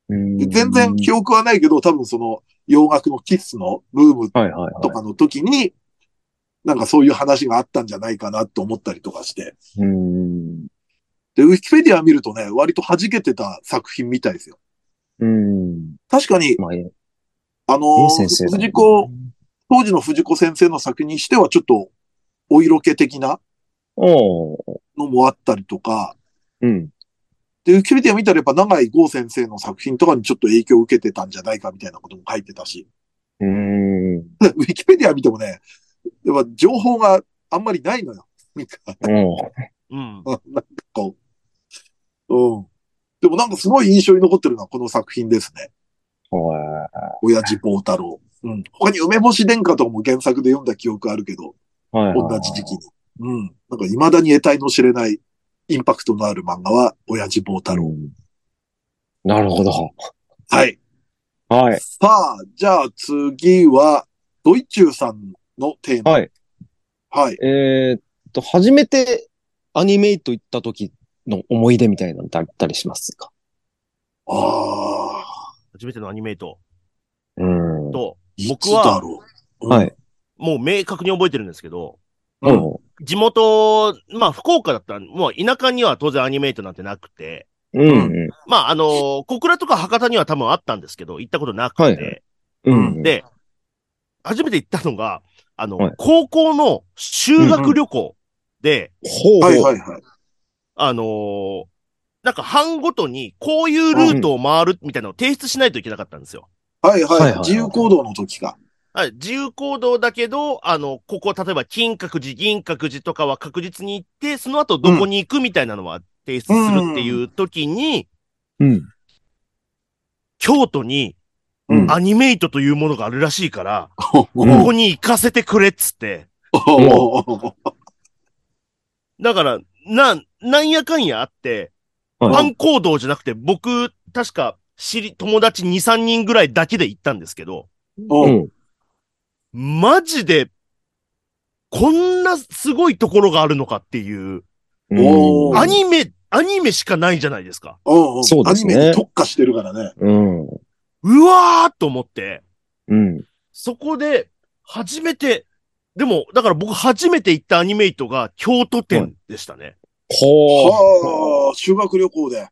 Speaker 2: うん。
Speaker 1: で全然記憶はないけど、多分その洋楽のキスのブーム
Speaker 2: はいはい
Speaker 1: と
Speaker 2: は
Speaker 1: かの時に、なんかそういう話があったんじゃないかなと思ったりとかして。
Speaker 2: い。うん。
Speaker 1: で、ウィキペディア見るとね、割と弾けてた作品みたいですよ。
Speaker 2: うん。
Speaker 1: 確かに、
Speaker 2: まあ、ええ
Speaker 1: あのー
Speaker 2: ええ先生だ
Speaker 1: 藤子、当時の藤子先生の作品にしてはちょっとお色気的な
Speaker 2: おー
Speaker 1: のもあったりとか、
Speaker 2: うん。
Speaker 1: で、ウィキペディア見たらやっぱ長井剛先生の作品とかにちょっと影響を受けてたんじゃないかみたいなことも書いてたし、
Speaker 2: うん。
Speaker 1: ウィキペディア見てもね、やっぱ情報があんまりないのよ。なんか
Speaker 2: おー
Speaker 3: うん。
Speaker 1: なんかこう。うん。でもなんかすごい印象に残ってるのはこの作品ですね。
Speaker 2: おい
Speaker 1: 親父坊太郎。うん。他に梅干し殿下とかも原作で読んだ記憶あるけど、
Speaker 2: はいはい
Speaker 1: 同
Speaker 2: はい。
Speaker 1: じ時期に。うん。なんか未だに得体の知れないインパクトのある漫画は、親父坊太郎。
Speaker 2: うんなるほど。
Speaker 1: はい。
Speaker 2: はい。
Speaker 1: さあ、じゃあ次は、ドイチューさんのテーマ。
Speaker 2: はい。
Speaker 1: はい。
Speaker 2: えーっと、初めてアニメイト行った時の思い出みたいなのってあったりしますか
Speaker 1: ああ、
Speaker 3: 初めてのアニメイト
Speaker 2: うん。はい
Speaker 3: と、
Speaker 1: い
Speaker 3: 僕
Speaker 1: つ
Speaker 3: は
Speaker 1: だろう。うん
Speaker 2: はい。
Speaker 3: もう明確に覚えてるんですけど、
Speaker 1: うん
Speaker 2: お
Speaker 3: 地元、まあ福岡だったら、もう田舎には当然アニメイトなんてなくて、
Speaker 2: ーうん。
Speaker 3: まああのー小倉とか博多には多分あったんですけど、行ったことなくて、
Speaker 2: はいはうん。
Speaker 3: で、初めて行ったのが、あの、
Speaker 2: はい
Speaker 3: 高校の修学旅行で、
Speaker 2: ほう
Speaker 1: はいはいはい。
Speaker 3: あのーなんか班ごとにこういうルートを回るみたいなのを提出しないといけなかったんですよ。
Speaker 1: はい
Speaker 2: はいは
Speaker 1: はいい
Speaker 2: はい。
Speaker 1: 自由行動の時か。
Speaker 3: はい、自由行動だけど、あの、ここ、例えば金閣寺、銀閣寺とかは確実に行って、その後どこに行くみたいなのは提出するっていう時に、
Speaker 2: うん。
Speaker 3: 京都に
Speaker 2: うん
Speaker 3: アニメイトというものがあるらしいから、
Speaker 2: う
Speaker 3: こ
Speaker 2: ん
Speaker 3: こに行かせてくれっつって。だから、な、なんやかんやあって、ファ
Speaker 2: はい。
Speaker 3: ン行動じゃなくて、僕、確か、知り、友達2、3人ぐらいだけで行ったんですけど、
Speaker 1: う
Speaker 2: うんん。
Speaker 3: マジで、こんなすごいところがあるのかっていう、
Speaker 1: おー
Speaker 3: アニメ、アニメしかないじゃないですか。
Speaker 1: うんうん
Speaker 2: そうですね
Speaker 1: アニメに特化してるからね。
Speaker 2: うん。
Speaker 3: うわーっと思って、
Speaker 2: うん。
Speaker 3: そこで、初めて、でも、だから僕初めて行ったアニメイトが京都店でしたね。
Speaker 2: ほう。
Speaker 1: はあ、修学旅行で。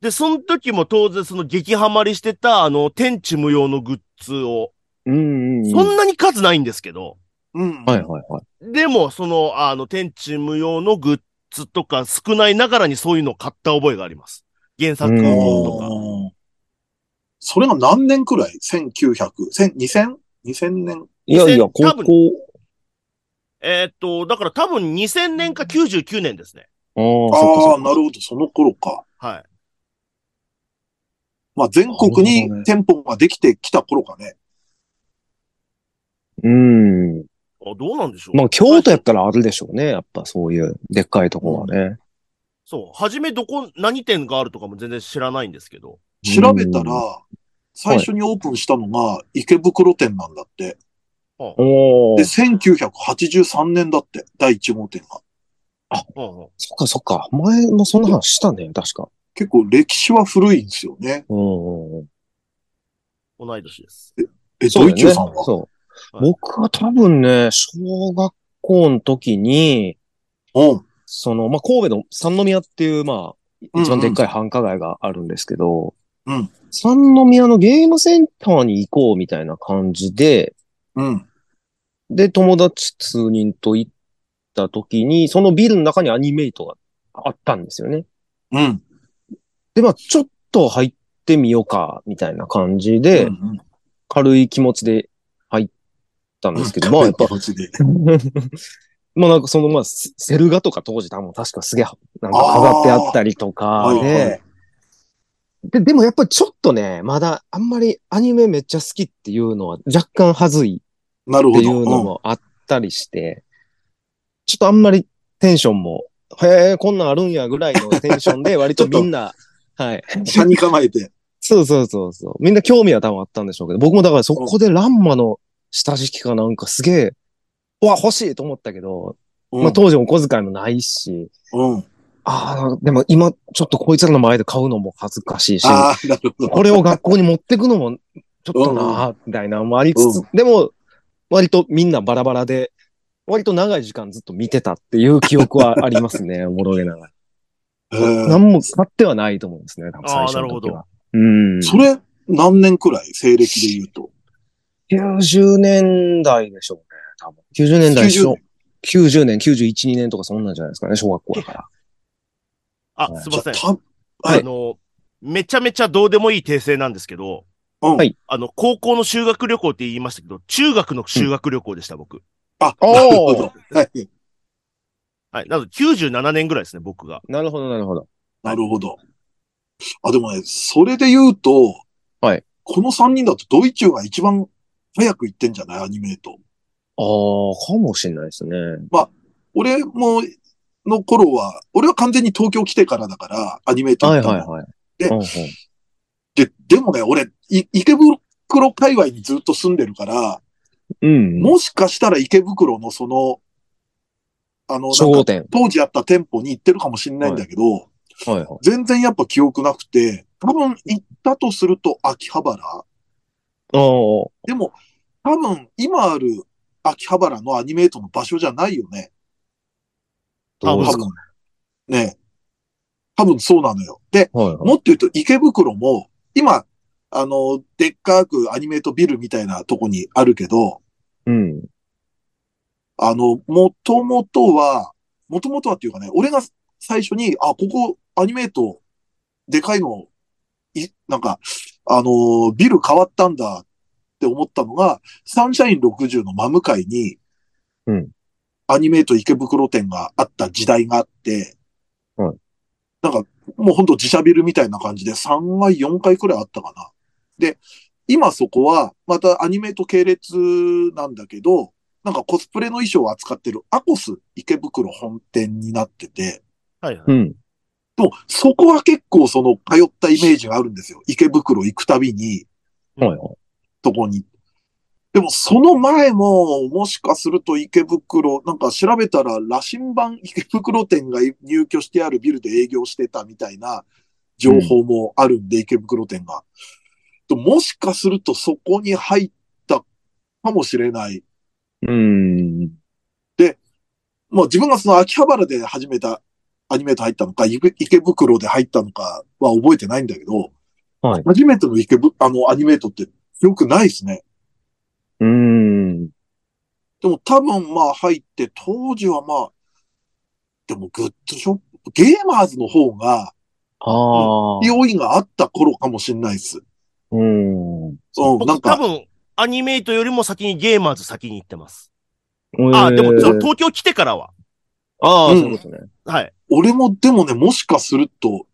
Speaker 3: で、その時も当然その激ハマりしてた、あの、天地無用のグッズを、
Speaker 2: うん。うん
Speaker 3: そんなに数ないんですけど、
Speaker 1: うん。
Speaker 2: はいはいはい。
Speaker 3: でも、その、あの、天地無用のグッズとか少ないながらにそういうのを買った覚えがあります。原作
Speaker 2: い
Speaker 3: 本とか。
Speaker 1: おーそれが何年くらい ?1900、1000 2000? 2000年
Speaker 2: いやいや、
Speaker 3: 2000
Speaker 2: 高校。
Speaker 3: えーっと、だから多分2000年か99年ですね。
Speaker 2: あ
Speaker 1: あ
Speaker 2: あ、そ
Speaker 1: あ、なるほど、その頃か。
Speaker 3: はい。
Speaker 1: まあ、全国
Speaker 2: なるほど
Speaker 1: に
Speaker 2: ね
Speaker 1: 店舗ができてきた頃かね。
Speaker 2: うん。
Speaker 3: あどうなんでしょう。
Speaker 2: まあ、京都やったらあるでしょうね。やっぱそういう、でっかいとこはね。
Speaker 3: そう。はじめどこ、何店があるとかも全然知らないんですけど。
Speaker 1: 調べた
Speaker 2: う
Speaker 1: ら、最初にオープンしたのが池袋店なんだって。
Speaker 2: お
Speaker 1: で、
Speaker 2: ー。
Speaker 1: 1983年だって、第1号店が。
Speaker 3: うんうん
Speaker 2: そっかそっか。前もそんな話したね、確か。
Speaker 1: 結構歴史は古いんですよね。
Speaker 2: うんうん。
Speaker 3: 同い年です。
Speaker 1: え、
Speaker 2: そ
Speaker 1: ド
Speaker 2: う
Speaker 1: イ
Speaker 2: だ
Speaker 1: チュ
Speaker 2: よ
Speaker 1: ー
Speaker 2: ね
Speaker 1: さんは。
Speaker 2: そう。僕は多分ね、小学校の時に、
Speaker 1: うん。
Speaker 2: その、まあ、神戸の三宮っていう、まあ、一番でっかい繁華街があるんですけど、
Speaker 1: うん
Speaker 2: 三宮のゲームセンターに行こうみたいな感じで、
Speaker 1: うん。
Speaker 2: で、友達数人と行った時に、そのビルの中にアニメイトがあったんですよね。
Speaker 1: うん。
Speaker 2: で、まあ、ちょっと入ってみようか、みたいな感じで、
Speaker 1: うん
Speaker 2: 軽い気持ちで入ったんです けど、まあ、やっぱ、まあなんかそのまあセセル画とか当時多分確かすげえなんか飾ってあったりとか
Speaker 1: あー
Speaker 2: で、
Speaker 1: はいは
Speaker 2: で、でもやっぱりちょっとね、まだあんまりアニメめっちゃ好きっていうのは若干恥ずい
Speaker 1: なる
Speaker 2: って
Speaker 1: ほ
Speaker 2: い
Speaker 1: ど。
Speaker 2: うのもあったりして、ちょっとあんまりテンションも、へえ、こんなんあるんやぐらいのテンションで割とみんな、はい。
Speaker 1: うん車に構えて。
Speaker 2: そうそうそうそう。みんな興味は多分あったんでしょうけど、僕もだからそこでランマの下敷きかなんかすげえ、うわ、欲しいと思ったけど、
Speaker 1: うん
Speaker 2: まあ当時お小遣いもないし、
Speaker 1: うん。
Speaker 2: ああ、でも今ちょっとこいつらの前で買うのも恥ずかしいし、
Speaker 1: ああ、なるほど。
Speaker 2: これを学校に持ってくのもちょっとなあ、みたいなのもありつつ、
Speaker 1: う
Speaker 2: でも割とみんなバラバラで、割と長い時間ずっと見てたっていう記憶はあります ね、おもろげながら。
Speaker 1: へえ
Speaker 2: 何も使ってはないと思うんですね、多分最初の時は。うん。
Speaker 1: それ、何年くらい西暦で言うと。
Speaker 2: 90年代でしょうね、多分。90年代でしょ。90年、91、2年とかそんなんじゃないですかね、小学校だから。
Speaker 3: あ、
Speaker 2: はい
Speaker 3: すいません。
Speaker 1: たは
Speaker 3: あ
Speaker 1: い
Speaker 3: の、めちゃめちゃどうでもいい訂正なんですけど、
Speaker 1: うん
Speaker 2: はい
Speaker 3: あの、高校の修学旅行って言いましたけど、中学の修学旅行でした、僕。
Speaker 1: あ、
Speaker 2: おー
Speaker 1: なるほど。はい。
Speaker 3: はい。なので、97年ぐらいですね、僕が。
Speaker 2: なるほど、なるほど。
Speaker 1: なるほど。あ、でもね、それで言うと、
Speaker 2: はい
Speaker 1: この3人だとドイチューが一番早く行ってんじゃないアニメート。
Speaker 2: ああ、かもしれないですね。
Speaker 1: 俺も、の頃は、俺は完全に東京来てからだから、アニメート
Speaker 2: は
Speaker 1: 行
Speaker 2: い
Speaker 1: ったの
Speaker 2: はいはい。
Speaker 1: で
Speaker 2: うんうん
Speaker 1: で、でもね、俺、い池袋界隈にずっと住んでるから、
Speaker 2: うん。
Speaker 1: もしかしたら池袋のその、あの、
Speaker 2: 初
Speaker 1: な
Speaker 2: 号
Speaker 1: んか
Speaker 2: 店。
Speaker 1: 当時あった店舗に行ってるかもしれないんだけど、
Speaker 2: はいはい。
Speaker 1: 全然やっぱ記憶なくて、多分行ったとすると秋葉原
Speaker 2: ああ、
Speaker 1: でも、多分今ある秋葉原のアニメートの場所じゃないよね。
Speaker 2: どうで
Speaker 1: 多
Speaker 2: す
Speaker 1: 分
Speaker 2: か。
Speaker 1: ね。多分そうなのよ。で、
Speaker 2: はいはい。
Speaker 1: もっと言うと池袋も、今、あの、でっかくアニメートビルみたいなとこにあるけど、
Speaker 2: うん。
Speaker 1: あの、もともとは、もともとはっていうかね、俺が最初に、あ、ここアニメート、でかいの、い、なんか、あの、ビル変わったんだって思ったのが、サンシャイン60の真向かいに、
Speaker 2: うん
Speaker 1: アニメート池袋店があった時代があって、
Speaker 2: はい
Speaker 1: なんか、もうほんと自社ビルみたいな感じで3階、4階くらいあったかな。で、今そこは、またアニメート系列なんだけど、なんかコスプレの衣装を扱ってるアコス池袋本店になってて、
Speaker 3: はいはい。
Speaker 2: うん。
Speaker 1: でもそこは結構その通ったイメージがあるんですよ。池袋行くたびに、
Speaker 2: はいはい。
Speaker 1: とこに。でもその前も、もしかすると池袋、なんか調べたら羅針盤池袋店が入居してあるビルで営業してたみたいな情報もあるんで、池袋店が。でももしかするとそこに入ったかもしれない
Speaker 2: うん。
Speaker 1: まあ自分がその秋葉原で始めたアニメート入ったのか、池池袋で入ったのかは覚えてないんだけど、
Speaker 2: はい
Speaker 1: 初めての池ぶ、あの、アニメートってよくないですね。
Speaker 2: うん。
Speaker 1: でも多分まあ入って、当時はまあ、でもグッズショップ、ゲーマーズの方が、
Speaker 2: ああ。
Speaker 1: 用意があった頃かもしれないです。
Speaker 2: うん。
Speaker 1: うん、なん
Speaker 3: 僕多
Speaker 1: か、
Speaker 3: 分、アニメイトよりも先にゲーマーズ先に行ってます。あ、でも、その東京来てからは。
Speaker 2: ああ、
Speaker 1: う
Speaker 2: そ
Speaker 1: ん
Speaker 2: ういうことね。
Speaker 3: はい。
Speaker 1: 俺もでもね、もしかすると、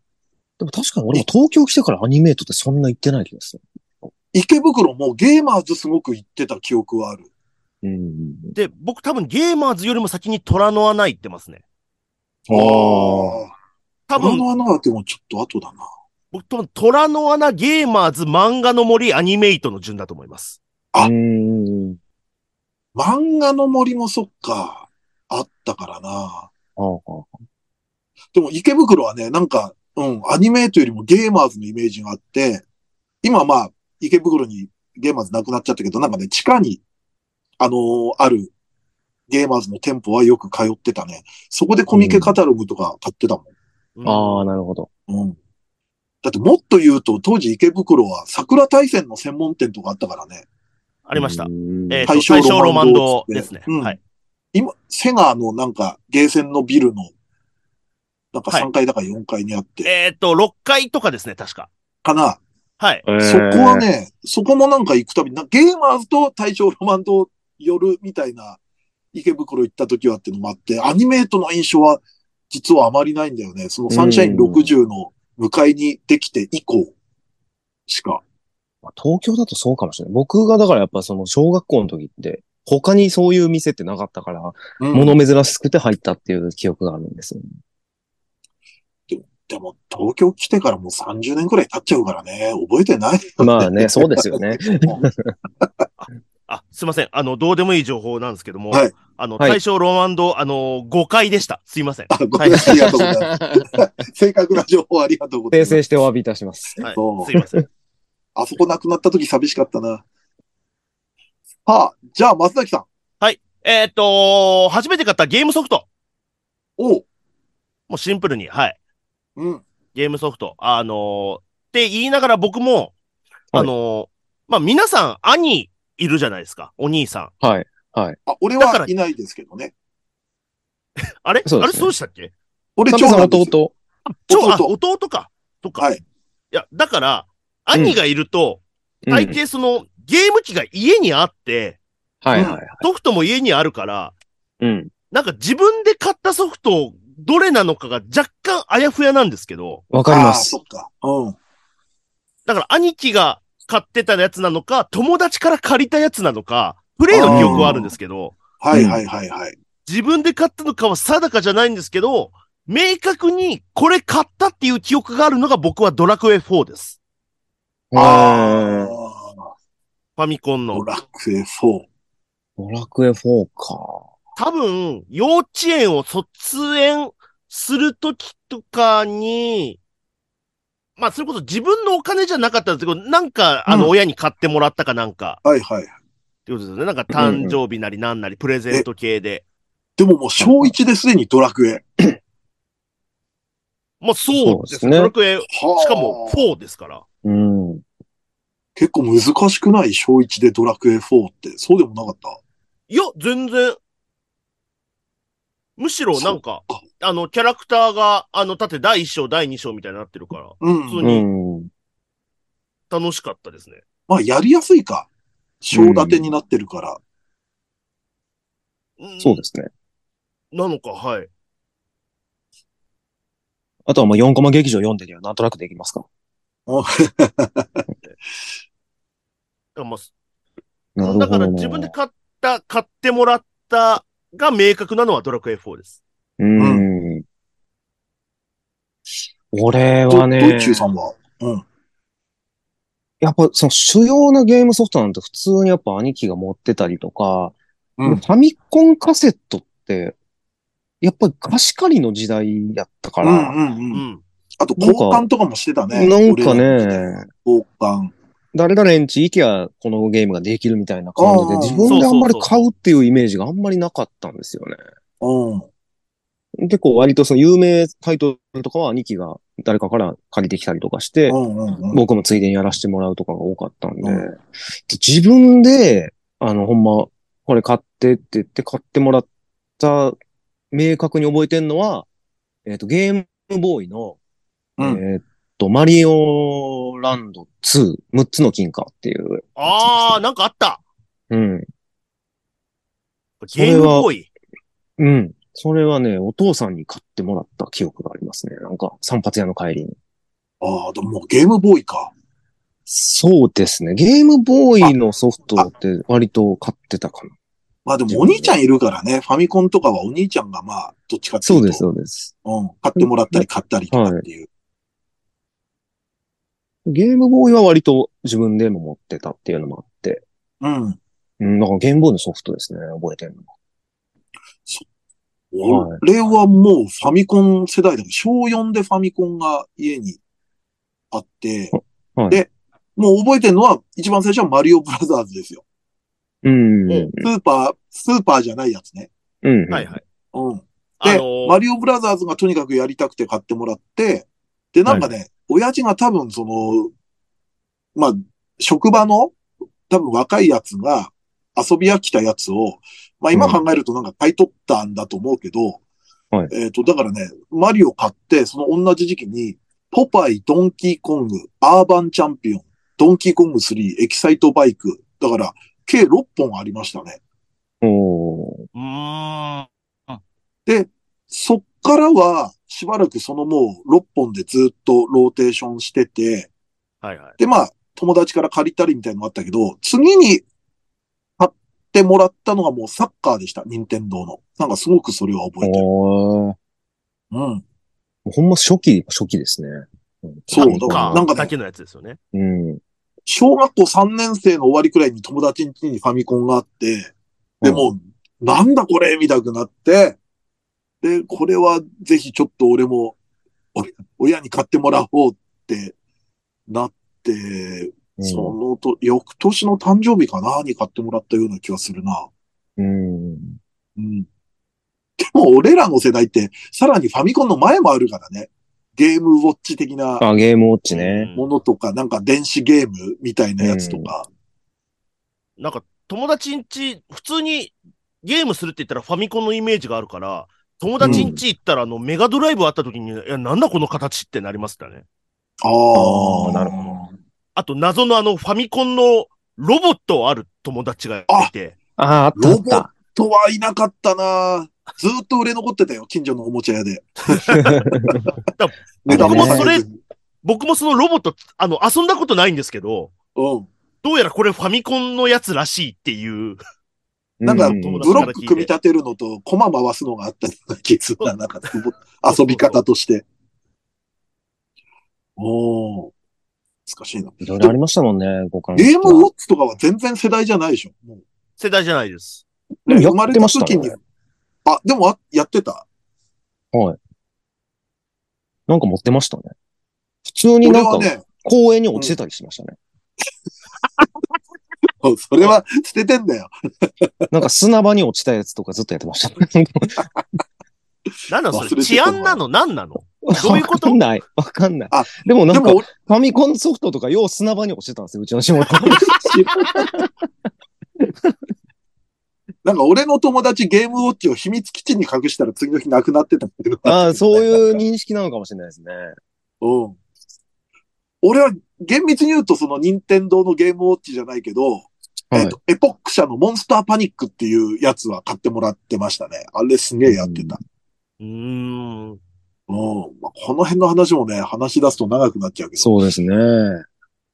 Speaker 2: でも確かに俺も東京来てからアニメートってそんな行ってない気がする。
Speaker 1: 池袋もゲーマーズすごく行ってた記憶はある。
Speaker 2: うん。
Speaker 3: で、僕多分ゲーマーズよりも先に虎の穴行ってますね。
Speaker 2: ああ。
Speaker 1: あ。
Speaker 3: 多
Speaker 1: 俺
Speaker 3: 分、
Speaker 1: の穴はでもちょっと後だな。
Speaker 3: 僕多分、虎の穴、ゲーマーズ、漫画の森、アニメイトの順だと思います。
Speaker 1: あ
Speaker 2: うん。
Speaker 1: 漫画の森もそっか、あったからな。
Speaker 2: ほうほう
Speaker 1: でも池袋はね、なんか、うん、アニメというよりもゲーマーズのイメージがあって、今まあ、池袋にゲーマーズなくなっちゃったけど、なんかね、地下に、あのーあるゲーマーズの店舗はよく通ってたね。そこでコミケカタログとか買ってたもん。
Speaker 3: うん
Speaker 2: ああ、なるほど。
Speaker 1: うん。だってもっと言うと、当時池袋は桜大戦の専門店とかあったからね。
Speaker 3: ありました
Speaker 2: う。ん
Speaker 3: えーと
Speaker 1: 大
Speaker 3: 大
Speaker 1: 正
Speaker 3: 正
Speaker 1: ロ
Speaker 3: ロ
Speaker 1: マ
Speaker 3: マ
Speaker 1: ン
Speaker 3: ン
Speaker 1: 堂
Speaker 3: 堂
Speaker 1: っつって
Speaker 3: ですね。
Speaker 1: うん
Speaker 3: はい。
Speaker 1: 今、セガのなんかゲーセンのビルの、なんか3階だか4階にあって、
Speaker 3: えっと、6階とかですね、確か。
Speaker 1: かな。
Speaker 3: はい。
Speaker 2: えー
Speaker 1: そこはね、そこもなんか行くたびに、なゲーマーズと大正ロマンと寄るみたいな池袋行った時はっていうのもあって、アニメートの印象は実はあまりないんだよね。そのサンシャイン60の向かいにできて以降しか。
Speaker 2: まあ東京だとそうかもしれない。僕がだからやっぱその小学校の時って、他にそういう店ってなかったから、
Speaker 1: うん
Speaker 2: 物珍しくて入ったっていう記憶があるんですよ、ね。
Speaker 1: でも東京来てからもう30年くらい経っちゃうからね、覚えてないよ
Speaker 2: まあね、そうですよね。
Speaker 3: あ、すいません。あの、どうでもいい情報なんですけども、
Speaker 1: はい
Speaker 3: あの、
Speaker 2: はい
Speaker 3: 大正ロマン堂、あの、5階でした。すいません。
Speaker 1: あごめんなさい、ありがとうございます。正確な情報ありがとうござい
Speaker 2: 訂
Speaker 1: ます。
Speaker 2: 正してお詫びいたします。
Speaker 3: はい
Speaker 1: そう。
Speaker 3: すいません。
Speaker 1: あそこ亡くなった時寂しかったな。はあ、じゃあ松崎さん。
Speaker 3: えっと、初めて買ったゲームソフト。
Speaker 1: おう。
Speaker 3: もうシンプルに、はい。
Speaker 1: うん。
Speaker 3: ゲームソフト。あのーって言いながら僕も、
Speaker 2: はい
Speaker 3: あのーまあ、皆さん、兄いるじゃないですか。お兄さん。
Speaker 2: はい。
Speaker 1: あ、俺
Speaker 3: だか
Speaker 1: は
Speaker 3: ら
Speaker 1: いないですけどね。
Speaker 3: あれ、
Speaker 2: そう
Speaker 3: あ
Speaker 2: ですね
Speaker 3: れそうでしたっけ
Speaker 1: 俺、
Speaker 2: カメ
Speaker 1: 長
Speaker 2: さん
Speaker 1: 男ですよ。
Speaker 2: 弟。
Speaker 3: 超、あ、
Speaker 1: 弟
Speaker 3: 弟か。とか。
Speaker 1: はい
Speaker 3: いや、だから、兄がいると、大
Speaker 2: うん
Speaker 3: 抵その、ゲーム機が家にあって、
Speaker 2: はいはいはい。
Speaker 3: ソフトも家にあるから、
Speaker 2: うん。
Speaker 3: なんか自分で買ったソフト、どれなのかが若干あやふやなんですけど、
Speaker 2: わかり
Speaker 1: あ
Speaker 2: ま
Speaker 1: あ、
Speaker 2: す
Speaker 1: そ。っか。うん。
Speaker 3: だから兄貴が買ってたやつなのか、友達から借りたやつなのか、プレイの記憶はあるんですけど、
Speaker 1: はいはいはいはい。
Speaker 3: 自分で買ったのかは定かじゃないんですけど、明確にこれ買ったっていう記憶があるのが僕はドラクエ4です。
Speaker 1: ああ。
Speaker 3: ファミコン
Speaker 1: ド
Speaker 3: の。
Speaker 1: ラクエ4。
Speaker 2: ドラクエ4か。
Speaker 3: 多分、幼稚園を卒園するときとかに、まあ、それこそ自分のお金じゃなかったんですけど、なんか、あ
Speaker 1: う
Speaker 3: の、
Speaker 1: ん
Speaker 3: 親に買ってもらったかなんか、
Speaker 1: はいはい。
Speaker 3: ってことですよね。なんか、誕生日なりなんなり、プレゼント系で。
Speaker 1: でももう小1ですでにドラクエ。
Speaker 3: まあ、そうですね。ド
Speaker 2: そう
Speaker 3: ラクエ、し
Speaker 1: はあ。
Speaker 3: かも4ですから。
Speaker 2: うん。
Speaker 1: 結構難しくない小1でドラクエ4って。そうでもなかった。
Speaker 3: いや、全然。むしろ、なんか
Speaker 1: そっか、
Speaker 3: あの、キャラクターが、あの、だって第1章、第2章みたいになってるから、
Speaker 1: うん。
Speaker 3: 普通
Speaker 2: う
Speaker 3: に
Speaker 2: ん。
Speaker 3: 楽しかったですね。。
Speaker 1: まあ、やりやすいか。小立てになってるから。
Speaker 2: そうですすね。
Speaker 3: なのか、はい。
Speaker 2: あとはもう4コマ劇場読んでるよ。なんとなくできますか。
Speaker 3: だからまあす
Speaker 2: なるほど
Speaker 3: だ
Speaker 2: ね。
Speaker 3: から自分で買った、買ってもらったが明確なのはドラクエ4です。
Speaker 2: うん。俺
Speaker 1: ど
Speaker 2: はね。
Speaker 1: ドイチューさんは。うん。
Speaker 2: やっぱその主要なゲームソフトなんて普通にやっぱ兄貴が持ってたりとか、
Speaker 1: うん
Speaker 2: ファミコンカセットって、やっぱり貸し借りの時代やったか
Speaker 1: う
Speaker 2: ら、
Speaker 1: んうん
Speaker 3: う
Speaker 1: うん。
Speaker 3: ん。
Speaker 1: あと、交換とかもしてたね。
Speaker 2: なん
Speaker 1: 俺
Speaker 2: か
Speaker 1: らの時
Speaker 2: ね、
Speaker 1: 交換。
Speaker 2: 誰々んち行きゃこのゲームができるみたいな感じで
Speaker 1: あー、
Speaker 2: 自分であんまり買うっていうイメージがあんまりなかったんですよね。
Speaker 1: うん。
Speaker 2: 結構割とその有名タイトルとかは兄貴が誰かから借りてきたりとかして、
Speaker 1: うんうんうん。
Speaker 2: 僕もついでにやらせてもらうとかが多かったんで、
Speaker 1: うん
Speaker 2: 自分で、あの、ほんま、これ買ってって言って買ってもらった、明確に覚えてんのは、えっ、と、ゲームボーイの、
Speaker 1: うん
Speaker 2: えっ、と、マリオランド2、6つの金貨っていう。
Speaker 3: ああ、なんかあった
Speaker 2: うん。
Speaker 3: ゲームボーイ。
Speaker 2: うん。それはね、お父さんに買ってもらった記憶がありますね。なんか、散髪屋の帰りに。
Speaker 1: ああ、でももうゲームボーイか。
Speaker 2: そうですね。ゲームボーイのソフトって割と買ってたかな。
Speaker 1: まあでもお兄ちゃんいるからね、ファミコンとかはお兄ちゃんがまあ、どっちかってい
Speaker 2: そう
Speaker 1: と。
Speaker 2: うです、そうです。
Speaker 1: うん。買ってもらったり買ったりとかっていう。
Speaker 2: ゲームボーイは割と自分でも持ってたっていうのもあって。
Speaker 1: うん。
Speaker 2: うん、なんかゲームボーイのソフトですね、覚えてるの。はい
Speaker 1: 俺はもうファミコン世代だから、小4でファミコンが家にあって、
Speaker 2: はい
Speaker 1: で、もう覚えてるのは、一番最初はマリオブラザーズですよ。
Speaker 2: うん。
Speaker 3: うん
Speaker 1: スーパー、スーパーじゃないやつね。
Speaker 2: うん。
Speaker 3: はいはい。
Speaker 1: うん。
Speaker 3: あ
Speaker 1: で
Speaker 3: のー、
Speaker 1: マリオブラザーズがとにかくやりたくて買ってもらって、で、なんかね、親父が多分その、まあ、職場の多分若いやつが遊び飽きたやつを、まあ今考えるとなんか買い取ったんだと思うけど、
Speaker 2: はい
Speaker 1: えっ、と、だからね、マリオ買って、その同じ時期に、ポパイ、ドンキーコング、アーバンチャンピオン、ドンキーコング3、エキサイトバイク、だから、計6本ありましたね。
Speaker 2: おー
Speaker 3: うーん。
Speaker 1: そっからは、しばらくそのもう6本でずっとローテーションしてて、
Speaker 3: はいはい。
Speaker 1: で、まあ、友達から借りたりみたいなのがあったけど、次に買ってもらったのがもうサッカーでした、任天堂の。なんかすごくそれは覚えてる。
Speaker 2: おー
Speaker 1: うん。
Speaker 2: ほんま初期、初期ですね。
Speaker 1: そう
Speaker 2: なん
Speaker 1: だから
Speaker 3: か、
Speaker 1: なんかね
Speaker 3: だけのやつですよね。
Speaker 2: うん。
Speaker 1: 小学校3年生の終わりくらいに友達ん家にファミコンがあって、で、もう、なんだこれみたくなって、で、これはぜひちょっと俺も、お親に買ってもらおうってなって、
Speaker 2: うん、
Speaker 1: そのと、翌年の誕生日かなに買ってもらったような気がするな。
Speaker 2: うん。
Speaker 1: うん。でも、俺らの世代って、さらにファミコンの前もあるからね。ゲームウォッチ的な
Speaker 2: あ、ゲームウォッチね。
Speaker 1: ものとか、なんか電子ゲームみたいなやつとか。
Speaker 3: なんか、友達んち、普通にゲームするって言ったらファミコンのイメージがあるから、友達んち行ったら、あの、メガドライブあった時に、いや、なんだこの形ってなりましたね。
Speaker 1: ああ。
Speaker 2: あーなるほ
Speaker 3: あと、謎のあの、ファミコンのロボットある友達がいて、
Speaker 2: あ、あった
Speaker 1: ロ
Speaker 2: あっ
Speaker 1: ボットはいなかったなずーっと売れ残ってたよ、近所のおもち ゃ屋で。
Speaker 2: た。
Speaker 1: 値段
Speaker 3: 僕もそ
Speaker 1: 下げ
Speaker 3: れ
Speaker 1: ずに
Speaker 3: 僕もそのロボット、あの、遊んだことないんですけど、
Speaker 1: うん。
Speaker 3: どうやらこれファミコンのやつらしいっていう。
Speaker 1: なんか
Speaker 2: う
Speaker 1: ブロック組み立てるのと、コマ回すのがあったような気がするな、なんか、遊び方として。おー。難しいな。
Speaker 2: いろいろありましたもんね、五感。
Speaker 1: ゲームウォッチとかは全然世代じゃないでしょ。もう
Speaker 3: 世代じゃないです。
Speaker 2: でもや
Speaker 1: 生ま
Speaker 2: っ
Speaker 1: れ
Speaker 2: て
Speaker 1: た
Speaker 2: ました
Speaker 1: 時に
Speaker 2: ね。。
Speaker 1: あ、でもあやってた。
Speaker 2: なんか持ってましたね。普通に
Speaker 1: 俺
Speaker 2: なん
Speaker 1: は
Speaker 2: か、
Speaker 1: ね、
Speaker 2: 公園に落ちてたりしましたね。
Speaker 1: それは捨ててんだよ。
Speaker 2: なんか砂場に落ちたやつとかずっとやってました。
Speaker 3: なんなの
Speaker 1: 忘
Speaker 3: そ
Speaker 1: れ
Speaker 3: れ
Speaker 1: てた
Speaker 3: 治
Speaker 1: な
Speaker 3: 安なの何なのどういうこ と
Speaker 2: わかんない。わかんない
Speaker 1: あ。
Speaker 2: でもな
Speaker 1: で
Speaker 2: んか、
Speaker 1: も
Speaker 2: フ、ァミコンソフトとかよう砂場に落ちてたんですよ、うちの仕 事。
Speaker 1: なんか俺の友達ゲームウォッチを秘密基地に隠したら次の日なくなってたっていうのが
Speaker 2: あ
Speaker 1: った
Speaker 2: あ、
Speaker 1: けどね
Speaker 2: そういう認識なのかもしれないですね。
Speaker 1: うん。俺は厳密に言うとその任天堂のゲームウォッチじゃないけど、
Speaker 2: はい
Speaker 1: えっと、エポック社のモンスターパニックっていうやつは買ってもらってましたね。あれすげえやってた。
Speaker 3: うーん。
Speaker 1: うん。まあ、この辺の話もね、話し出すと長くなっちゃうけど。
Speaker 2: そうですね。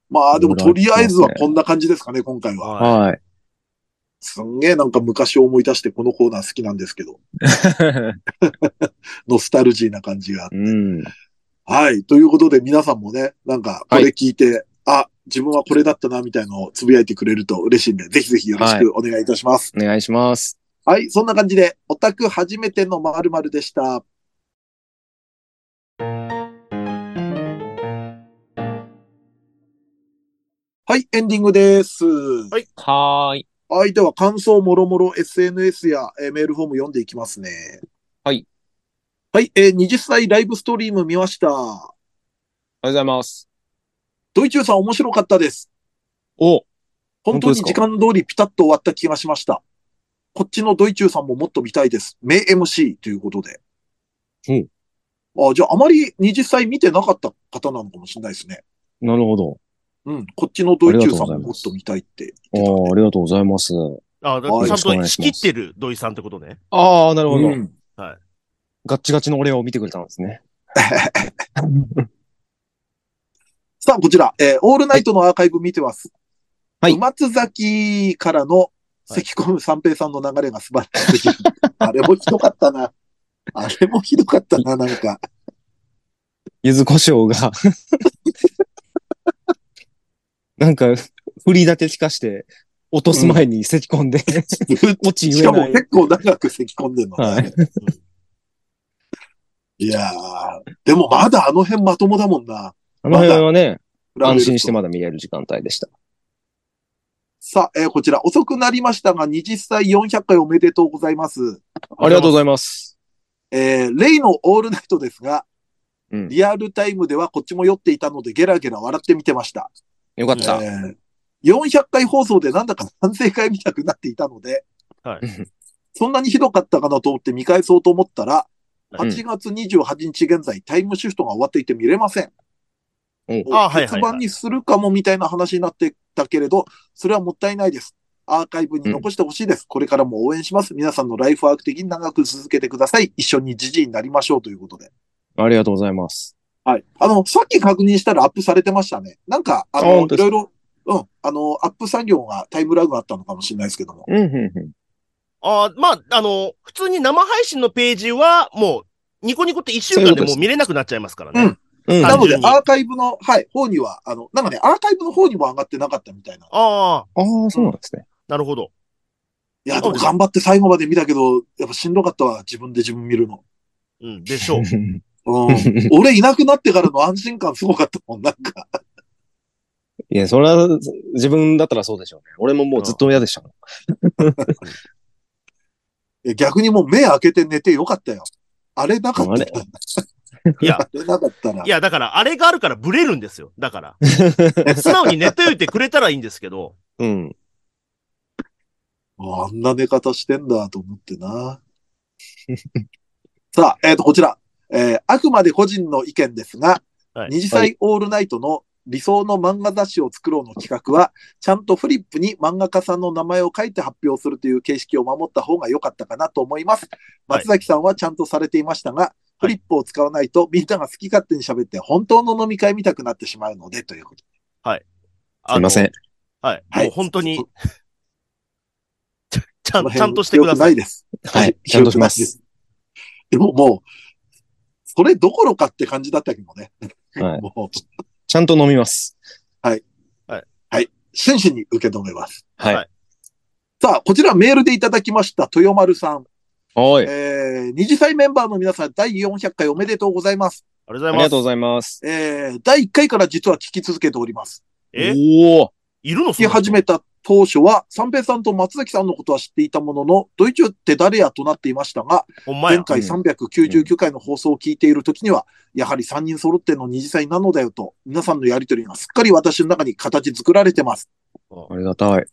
Speaker 1: まあでもとりあえずはこんな感じですかね、今回は。
Speaker 3: は
Speaker 2: はい。
Speaker 1: すんげえなんか昔を思い出してこのコーナー好きなんですけど、ノスタルジーな感じがあって。
Speaker 2: うん。
Speaker 1: はい。ということで皆さんもね、なんかこれ聞いて、あ、自分はこれだったなみたいのをつぶやいてくれると嬉しいんで、ぜひぜひよろしくお願いいたします。
Speaker 2: お願いします。
Speaker 1: はい、そんな感じで、オタク初めてのまるまるでした。はい、エンディングです。はい
Speaker 2: はーい。
Speaker 1: い、では感想もろもろ SNS や、えーメールフォーム読んでいきますね。
Speaker 2: はい。
Speaker 1: はい、えー20歳ライブストリーム見ました。
Speaker 2: ありがとうございます。
Speaker 1: ドイチューさん面白かったです。
Speaker 2: お
Speaker 1: 本当に時間通りピタッと終わった気がしました。こっちのドイチューさんももっと見たいです。名 MC ということで。
Speaker 2: うん
Speaker 1: あじゃあ、あまり20歳見てなかった方なのかもしれないですね。
Speaker 2: なるほど。
Speaker 1: うん。こっちのドイチューさんももっと見たいって
Speaker 2: あ
Speaker 1: 言ってたん
Speaker 2: あ、あ
Speaker 1: で。
Speaker 2: りがとうございます。
Speaker 3: あ、だ
Speaker 1: はい
Speaker 3: ちゃ
Speaker 2: よろ
Speaker 3: んと
Speaker 2: しく
Speaker 3: 仕
Speaker 2: お願
Speaker 3: 切
Speaker 2: いしま
Speaker 3: っ
Speaker 2: す
Speaker 3: てる土井さんってことね。
Speaker 2: ああ、なるほど。
Speaker 1: うん
Speaker 2: ガッチガチの俺を見てくれたんですね。
Speaker 1: さあ、こちら、えーオールナイトのアーカイブ見てます。
Speaker 2: はい
Speaker 1: 松崎からの咳込む三平さんの流れが素晴らしい。あれもひどかったな。あれもひどかったな、なん か。
Speaker 2: ゆず胡椒が 。なんか、振り立て聞かして、落とす前に咳き込んで、 落ち
Speaker 1: しか
Speaker 2: 言え
Speaker 1: も
Speaker 2: ない。
Speaker 1: 結構長く咳込んでるのね、
Speaker 2: はい。
Speaker 1: いやー、でもまだあの辺まともだもんな。
Speaker 2: あの辺はね、
Speaker 1: 比べると
Speaker 2: 安心してまだ見れる時間帯でした。
Speaker 1: さあ、えーこちら、遅くなりましたが、20歳400回おめでとうございます。
Speaker 2: ありがとうございます。
Speaker 1: えーレイのオールナイトですが、
Speaker 2: うん
Speaker 1: リアルタイムではこっちも酔っていたのでゲラゲラ笑って見てました。
Speaker 2: よかっ
Speaker 1: え
Speaker 2: た。
Speaker 1: ー400回放送でなんだか反省会みたくなっていたので、
Speaker 3: はい
Speaker 1: そんなにひどかったかなと思って見返そうと思ったら、
Speaker 2: うん
Speaker 1: 8月28日現在、タイムシフトが終わっていて見れません。
Speaker 2: お
Speaker 1: お
Speaker 3: あはいはいはい
Speaker 1: 別番にするかもみたいな話になってたけれど、それはもったいないです。アーカイブに残してほしいです。これからも応援します。皆さんのライフワーク的に長く続けてください。一緒にじじいになりましょうということで。
Speaker 2: ありがとうございます。
Speaker 1: はい。あの、さっき確認したらアップされてましたね。なんか、あ
Speaker 2: あ
Speaker 1: の、
Speaker 2: 本当
Speaker 1: い
Speaker 2: です
Speaker 1: ろ
Speaker 2: か
Speaker 1: いろ、うん、あの、アップ作業がタイムラグがあったのかもしれないですけども。
Speaker 2: うん、うん、うん。
Speaker 3: あーまあ、あの、普通に生配信のページは、もう、ニコニコって一週
Speaker 2: そう
Speaker 3: 間
Speaker 2: いうこ
Speaker 3: で
Speaker 2: とで
Speaker 3: もう
Speaker 2: す
Speaker 3: 見れなくなっちゃいますから
Speaker 1: う
Speaker 3: ね
Speaker 1: ん。
Speaker 2: うん、
Speaker 1: な
Speaker 3: 単
Speaker 1: ので、
Speaker 3: 純に
Speaker 1: アーカイブの、はい、方には、あの、なんかね、アーカイブの方にも上がってなかったみたいな。
Speaker 3: ああ、
Speaker 2: ああ、そうなんですね。
Speaker 3: なるほど。
Speaker 1: いや、でも頑張って最後まで見たけど、やっぱしんどかったわ。自分で自分見るの。
Speaker 3: うん、でし ょう。
Speaker 1: うん、俺いなくなってからの安心感すごかったもん、なんか。
Speaker 2: いや、それは自分だったらそうでしょうね。俺ももうずっと嫌でしたもん。
Speaker 1: いや逆にもう目開けて寝てよかったよ。あれなかった
Speaker 2: あ
Speaker 1: ら
Speaker 2: れ。
Speaker 3: いや
Speaker 1: あれなかったら。
Speaker 3: いや、だから、あれがあるからブレるんですよ。だから。素直に寝ておいてくれたらいいんですけど。
Speaker 2: うん。
Speaker 1: あんな寝方してんだと思ってな。 さあ、えっ、と、こちら。えーあくまで個人の意見ですが、
Speaker 3: はい
Speaker 1: 二次祭オールナイトの理想の漫画雑誌を作ろうの企画は、ちゃんとフリップに漫画家さんの名前を書いて発表するという形式を守った方が良かったかなと思います。
Speaker 3: はい
Speaker 1: 松崎さんはちゃんとされていましたが、フリップを使わないとみんなが好き勝手に喋って本当の飲み会見たくなってしまうのでということ。
Speaker 3: あ
Speaker 2: すい
Speaker 3: の
Speaker 2: ません。。
Speaker 3: はい。
Speaker 1: はい
Speaker 3: もう本当に
Speaker 1: そ、
Speaker 3: ちゃ
Speaker 1: この
Speaker 3: ん、
Speaker 1: 辺
Speaker 3: ちゃんとしてください。
Speaker 1: 良くないです。
Speaker 2: はい。ちゃんとしま
Speaker 1: 記憶な
Speaker 2: す。
Speaker 1: いです。でももう、それどころかって感じだったけどね。
Speaker 2: はい
Speaker 1: もう、
Speaker 2: ちゃんと飲みます。
Speaker 1: 真摯に受け止めます。
Speaker 2: はい。
Speaker 3: はい
Speaker 1: さあ、こちらメールでいただきました、豊丸さん。
Speaker 2: おい。あ
Speaker 1: えー、二次祭メンバーの皆さん、第400回おめでとうございます。
Speaker 3: ありがとうござい
Speaker 2: りが
Speaker 3: ます。
Speaker 2: とうございます。
Speaker 1: えー、第1回から実は聞き続けております。
Speaker 3: え、
Speaker 2: おお。
Speaker 3: いるの
Speaker 1: 聞き始めた当初は、三平さんと松崎さんのことは知っていたものの、ドイツって誰やとなっていましたが、
Speaker 3: ほんまや
Speaker 1: 前。回
Speaker 2: うん
Speaker 1: 399回の放送を聞いているときには、やはり3人揃っての二次祭なのだよと、皆さんのやりとりがすっかり私の中に形作られてます。
Speaker 2: ありがたい。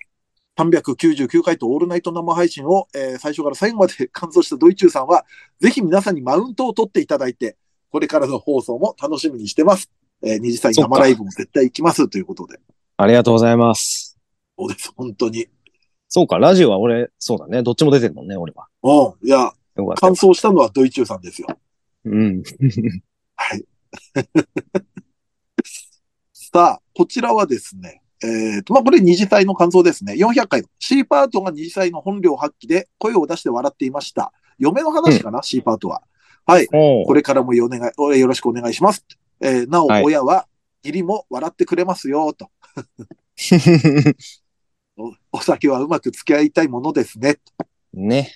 Speaker 1: 399回とオールナイト生配信を、えー最初から最後まで完走したドイチューさんは、ぜひ皆さんにマウントを取っていただいて、これからの放送も楽しみにしてます。えー二次祭
Speaker 2: そっか
Speaker 1: 生ライブも絶対行きますということで。
Speaker 2: ありがとうございます。
Speaker 1: そうです、本当に。
Speaker 2: そうか、ラジオは俺、そうだね。どっちも出てるもんね、俺は。
Speaker 1: うん。いや、
Speaker 2: よかった
Speaker 1: 完。走したのはドイチューさんですよ。
Speaker 2: うん。
Speaker 1: はい。 さあ、こちらはですね、えっ、と、まあ、これ二次祭の感想ですね。400回。C パートが二次祭の本領発揮で声を出して笑っていました。嫁の話かな、?C パートは。はい。
Speaker 2: お
Speaker 1: こ
Speaker 2: ー
Speaker 1: れからもよ願いおよろしくお願いします。えーなお、
Speaker 2: はい
Speaker 1: 親は、義理も笑ってくれますよ、と。おお酒はうまく付き合いたいものですね。
Speaker 2: ね。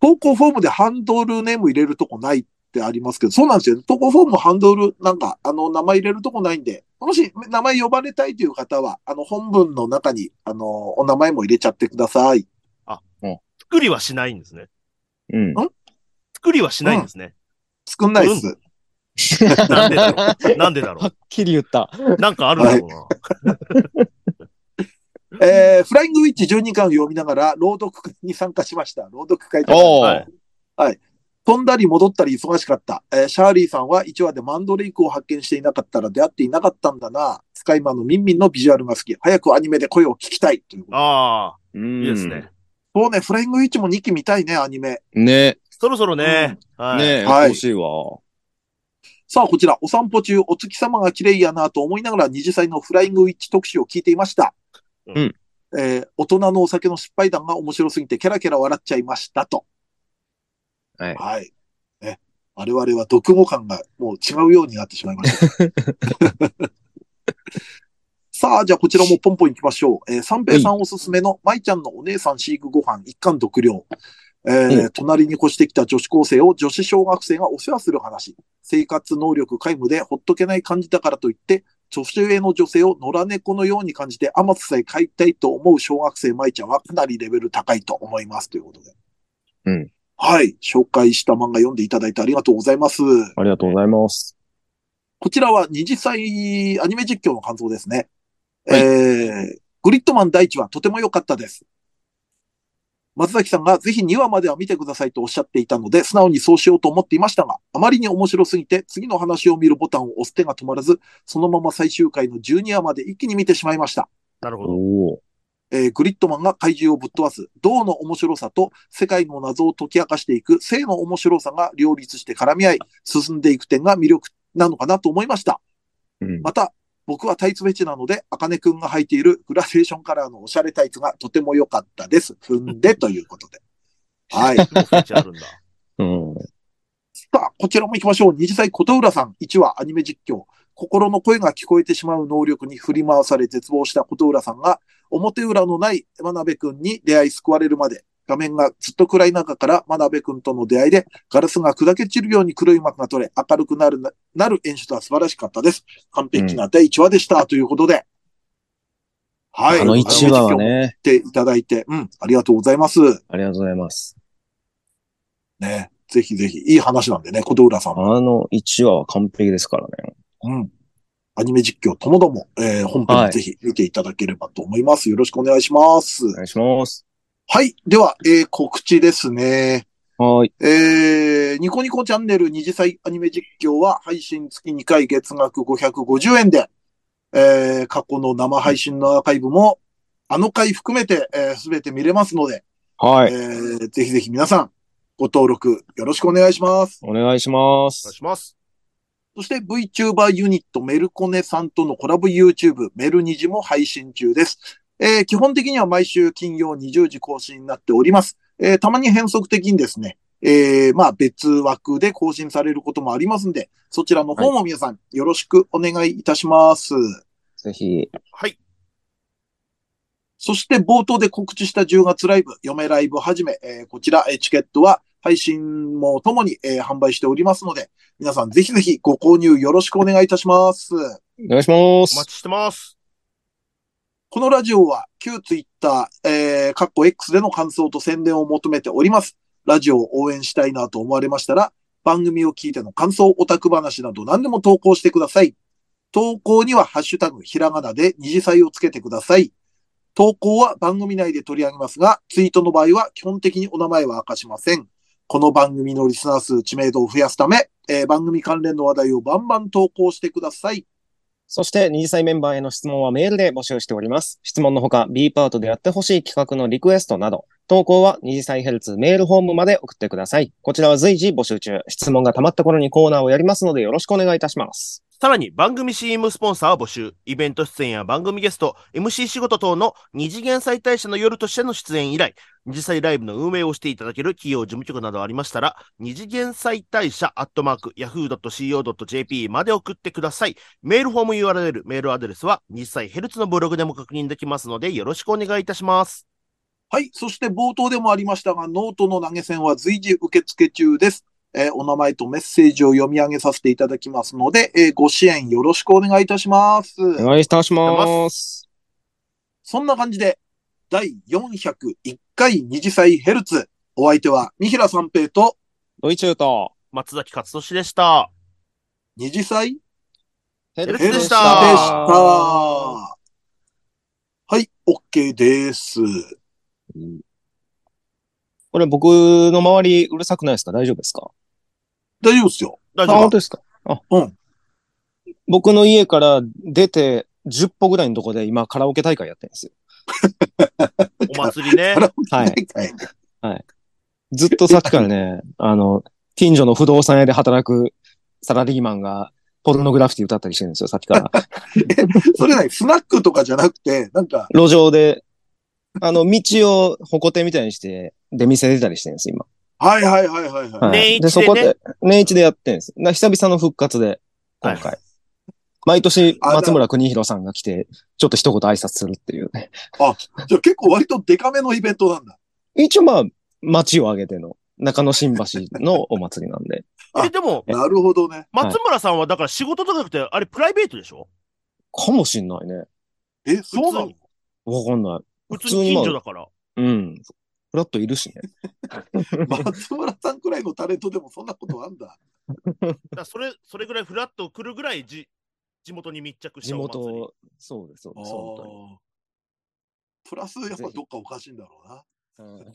Speaker 1: 投稿フォームでハンドルネーム入れるとこないってありますけど、そうなんですよね。投稿フォームもハンドル、なんか、あの、名前入れるとこないんで、もし名前呼ばれたいという方は、あの、本文の中に、あの、お名前も入れちゃってください。
Speaker 3: 作りはしないんですね。
Speaker 2: うん。
Speaker 3: 作りはしないんですね。
Speaker 1: 作んないです。
Speaker 3: なんでだろう。なんでだろ
Speaker 2: はっきり言った。
Speaker 3: う。なんかあるんだろうな。
Speaker 1: えー、フライングウィッチ12巻を読みながら、朗読会に参加しました。朗読会から
Speaker 2: おお。
Speaker 3: はい
Speaker 1: 飛んだり戻ったり忙しかった。えーシャーリーさんは1話でマンドレイクを発見していなかったら出会っていなかったんだな。スカイマンのミンミンのビジュアルが好き。早くアニメで声を聞きたい。ということ
Speaker 3: ああ、
Speaker 2: うん
Speaker 3: いいですね。。
Speaker 1: そうね、フライングウィッチも2期見たいね、アニメ。
Speaker 2: ね。
Speaker 3: そろそろね。はい。
Speaker 2: ね。
Speaker 1: はい
Speaker 2: 欲しいわ。
Speaker 1: さあ、こちら、お散歩中、お月様が綺麗やなと思いながら、20歳のフライングウィッチ特集を聞いていました。
Speaker 2: うん。
Speaker 1: えー大人のお酒の失敗談が面白すぎて、キャラキャラ笑っちゃいましたと。
Speaker 2: はい
Speaker 1: はい。ね、我々は 読語感がもう違うようになってしまいました。さあ、じゃあこちらもポンポン行きましょう。えー、三平さんおすすめの、舞ちゃんのお姉さん飼育ご飯一貫独量。えー隣に越してきた女子高生を女子小学生がお世話する話。生活能力皆無でほっとけない感じだからといって、年上の女性を野良猫のように感じて甘さえ飼いたいと思う小学生舞ちゃんはかなりレベル高いと思います。ということで。
Speaker 2: うん。
Speaker 1: はい。紹介した漫画読んでいただいてありがとうございます。
Speaker 2: ありがとうございます。
Speaker 1: こちらは二次祭アニメ実況の感想ですね。
Speaker 2: はい
Speaker 1: えー、グリッドマン第一話とても良かったです。松崎さんがぜひ2話までは見てくださいとおっしゃっていたので、素直にそうしようと思っていましたが、あまりに面白すぎて、次の話を見るボタンを押す手が止まらず、そのまま最終回の12話まで一気に見てしまいました。
Speaker 3: なるほど。
Speaker 2: おお。
Speaker 1: えーグリッドマンが怪獣をぶっ飛ばす、銅の面白さと世界の謎を解き明かしていく、性の面白さが両立して絡み合い、進んでいく点が魅力なのかなと思いました。
Speaker 2: うん。
Speaker 1: また、僕はタイツフェチなので、あかねくんが履いているグラデーションカラーのおしゃれタイツがとても良かったです。踏んで、ということで。はい。さ
Speaker 3: もうフェチあるんだ。
Speaker 2: うん。
Speaker 1: あ、こちらも行きましょう。二次祭琴浦さん、1話アニメ実況。心の声が聞こえてしまう能力に振り回され絶望した琴浦さんが、表裏のない真鍋くんに出会い救われるまで、画面がずっと暗い中から真鍋くんとの出会いで、ガラスが砕け散るように黒い幕が取れ、明るくなるな、なる演出は素晴らしかったです。完璧な第1話でした。ということで。はい。
Speaker 2: あの一話はね、
Speaker 1: あの。見ていただいて、うん、ありがとうございます。
Speaker 2: ありがとうございます。
Speaker 1: ね。ぜひぜひ、いい話なんでね、琴浦さんも。
Speaker 2: あの一話は完璧ですからね。
Speaker 1: うん。アニメ実況ともども、えー本編もぜひ見ていただければと思います。よろしくお願いします。
Speaker 2: お願いします。
Speaker 1: はい。では、えー告知ですね。
Speaker 2: はーい。
Speaker 1: えーニコニコチャンネル二次祭アニメ実況は配信月2回月額550円で、えー過去の生配信のアーカイブも、あの回含めて、えすべて見れますので、
Speaker 2: はい。
Speaker 1: えーぜひぜひ皆さん、ご登録よろしくお願いします。
Speaker 2: お願いしま
Speaker 3: お願い
Speaker 2: す。
Speaker 3: します。
Speaker 1: そして VTuber ユニットメルコネさんとのコラボ YouTube メルニジも配信中です。えー基本的には毎週金曜20時更新になっております。えーたまに変則的にですね、えーまあ別枠で更新されることもありますんで、そちらの方も皆さんよろしくお願いいたします。
Speaker 2: ぜひ。
Speaker 3: はい。
Speaker 1: そして冒頭で告知した10月ライブ、嫁ライブはじめ、えーこちら、えーチケットは配信もともに、えー販売しておりますので、皆さんぜひぜひご購入よろしくお願いいたします。
Speaker 2: お願いしま
Speaker 3: お
Speaker 2: す
Speaker 3: 待。ちしてます。
Speaker 1: このラジオは旧ツイッター、えー、カッコ X での感想と宣伝を求めております。ラジオを応援したいなと思われましたら、番組を聞いての感想、オタク話など何でも投稿してください。投稿にはハッシュタグ、ひらがなで二次祭をつけてください。投稿は番組内で取り上げますが、ツイートの場合は基本的にお名前は明かしません。この番組のリスナー数、知名度を増やすため、えー番組関連の話題をバンバン投稿してください。
Speaker 2: そして、二次祭メンバーへの質問はメールで募集しております。質問のほか、B パートでやってほしい企画のリクエストなど、投稿は二次祭ヘルツメールホームまで送ってください。こちらは随時募集中。質問が溜まった頃にコーナーをやりますので、よろしくお願いいたします。
Speaker 3: さらに番組 CM スポンサーを募集、イベント出演や番組ゲスト、MC 仕事等の二次元再大社の夜としての出演以来、二次祭ライブの運営をしていただける企業事務局などありましたら、二次元再大社アットマーク yahoo.co.jp まで送ってください。メールフォーム URL、メールアドレスは二次祭ヘルツのブログでも確認できますので、よろしくお願いいたします。
Speaker 1: はい。そして冒頭でもありましたが、ノートの投げ銭は随時受付中です。えーお名前とメッセージを読み上げさせていただきますので、えーご支援よろしくお願いいたします。
Speaker 2: お願いいたします。
Speaker 1: そんな感じで、第401回二次祭ヘルツ。お相手は、三平三平と
Speaker 2: ドイチューと、
Speaker 3: 松崎勝利でした。
Speaker 1: 二次祭
Speaker 2: ヘ
Speaker 3: ルツ
Speaker 1: ヘルツ
Speaker 3: で
Speaker 1: で
Speaker 3: し
Speaker 1: したた。はい。OK です。
Speaker 2: これ僕の周りうるさくないですか大丈夫ですか
Speaker 1: 大丈夫ですよ。
Speaker 3: 大
Speaker 2: あ、
Speaker 3: 丈夫
Speaker 2: 本当ですかあ、
Speaker 1: うん。
Speaker 2: 僕の家から出て10歩ぐらいのとこで今カラオケ大会やってるんですよ。
Speaker 3: お祭りね
Speaker 1: あ。ら
Speaker 2: はい。
Speaker 1: はい。
Speaker 2: ずっとさっきから ね、あの、近所の不動産屋で働くサラリーマンが、ポルノグラフィティ歌ったりしてるんですよ、さっきから。
Speaker 1: それない、スナックとかじゃなくて、なんか、
Speaker 2: 路上で、あの、道を矛手みたいにして、出店出たりしてるんです、今。
Speaker 1: はいはいはいはいはい。
Speaker 2: はい
Speaker 3: 年一でね
Speaker 2: そこで、年一でやってるんです。な久々の復活で、今回。毎年
Speaker 1: あ
Speaker 2: 松村邦弘さんが来て、ちょっと一言挨拶するっていうね。
Speaker 1: じゃあ結構割とデカめのイベントなんだ。
Speaker 2: 一応まあ、街を挙げての、中野新橋のお祭りなんで。
Speaker 1: あ
Speaker 3: え、でも、
Speaker 2: え
Speaker 1: なるほどね。
Speaker 3: 松村さんはだから仕事とかなくて、あれプライベートでしょ
Speaker 2: かもしんないね。
Speaker 1: え、そうな
Speaker 3: 普通
Speaker 1: の
Speaker 3: に
Speaker 2: わかんない。
Speaker 3: 普通
Speaker 2: 普通
Speaker 3: に
Speaker 2: にま
Speaker 3: 近
Speaker 2: あ
Speaker 3: 所だから。
Speaker 2: うん。フラッといるしね。
Speaker 1: 松村さんくらいのタレントでもそんなことあんだ。
Speaker 3: だからそれ、それぐらいフラッと来るぐらいじ、地元に密着し
Speaker 2: 地
Speaker 3: たお祭り。
Speaker 2: 元、そうです、そうです、本当に。
Speaker 1: あープラスやっぱどっかおかしいんだろうな。
Speaker 2: うん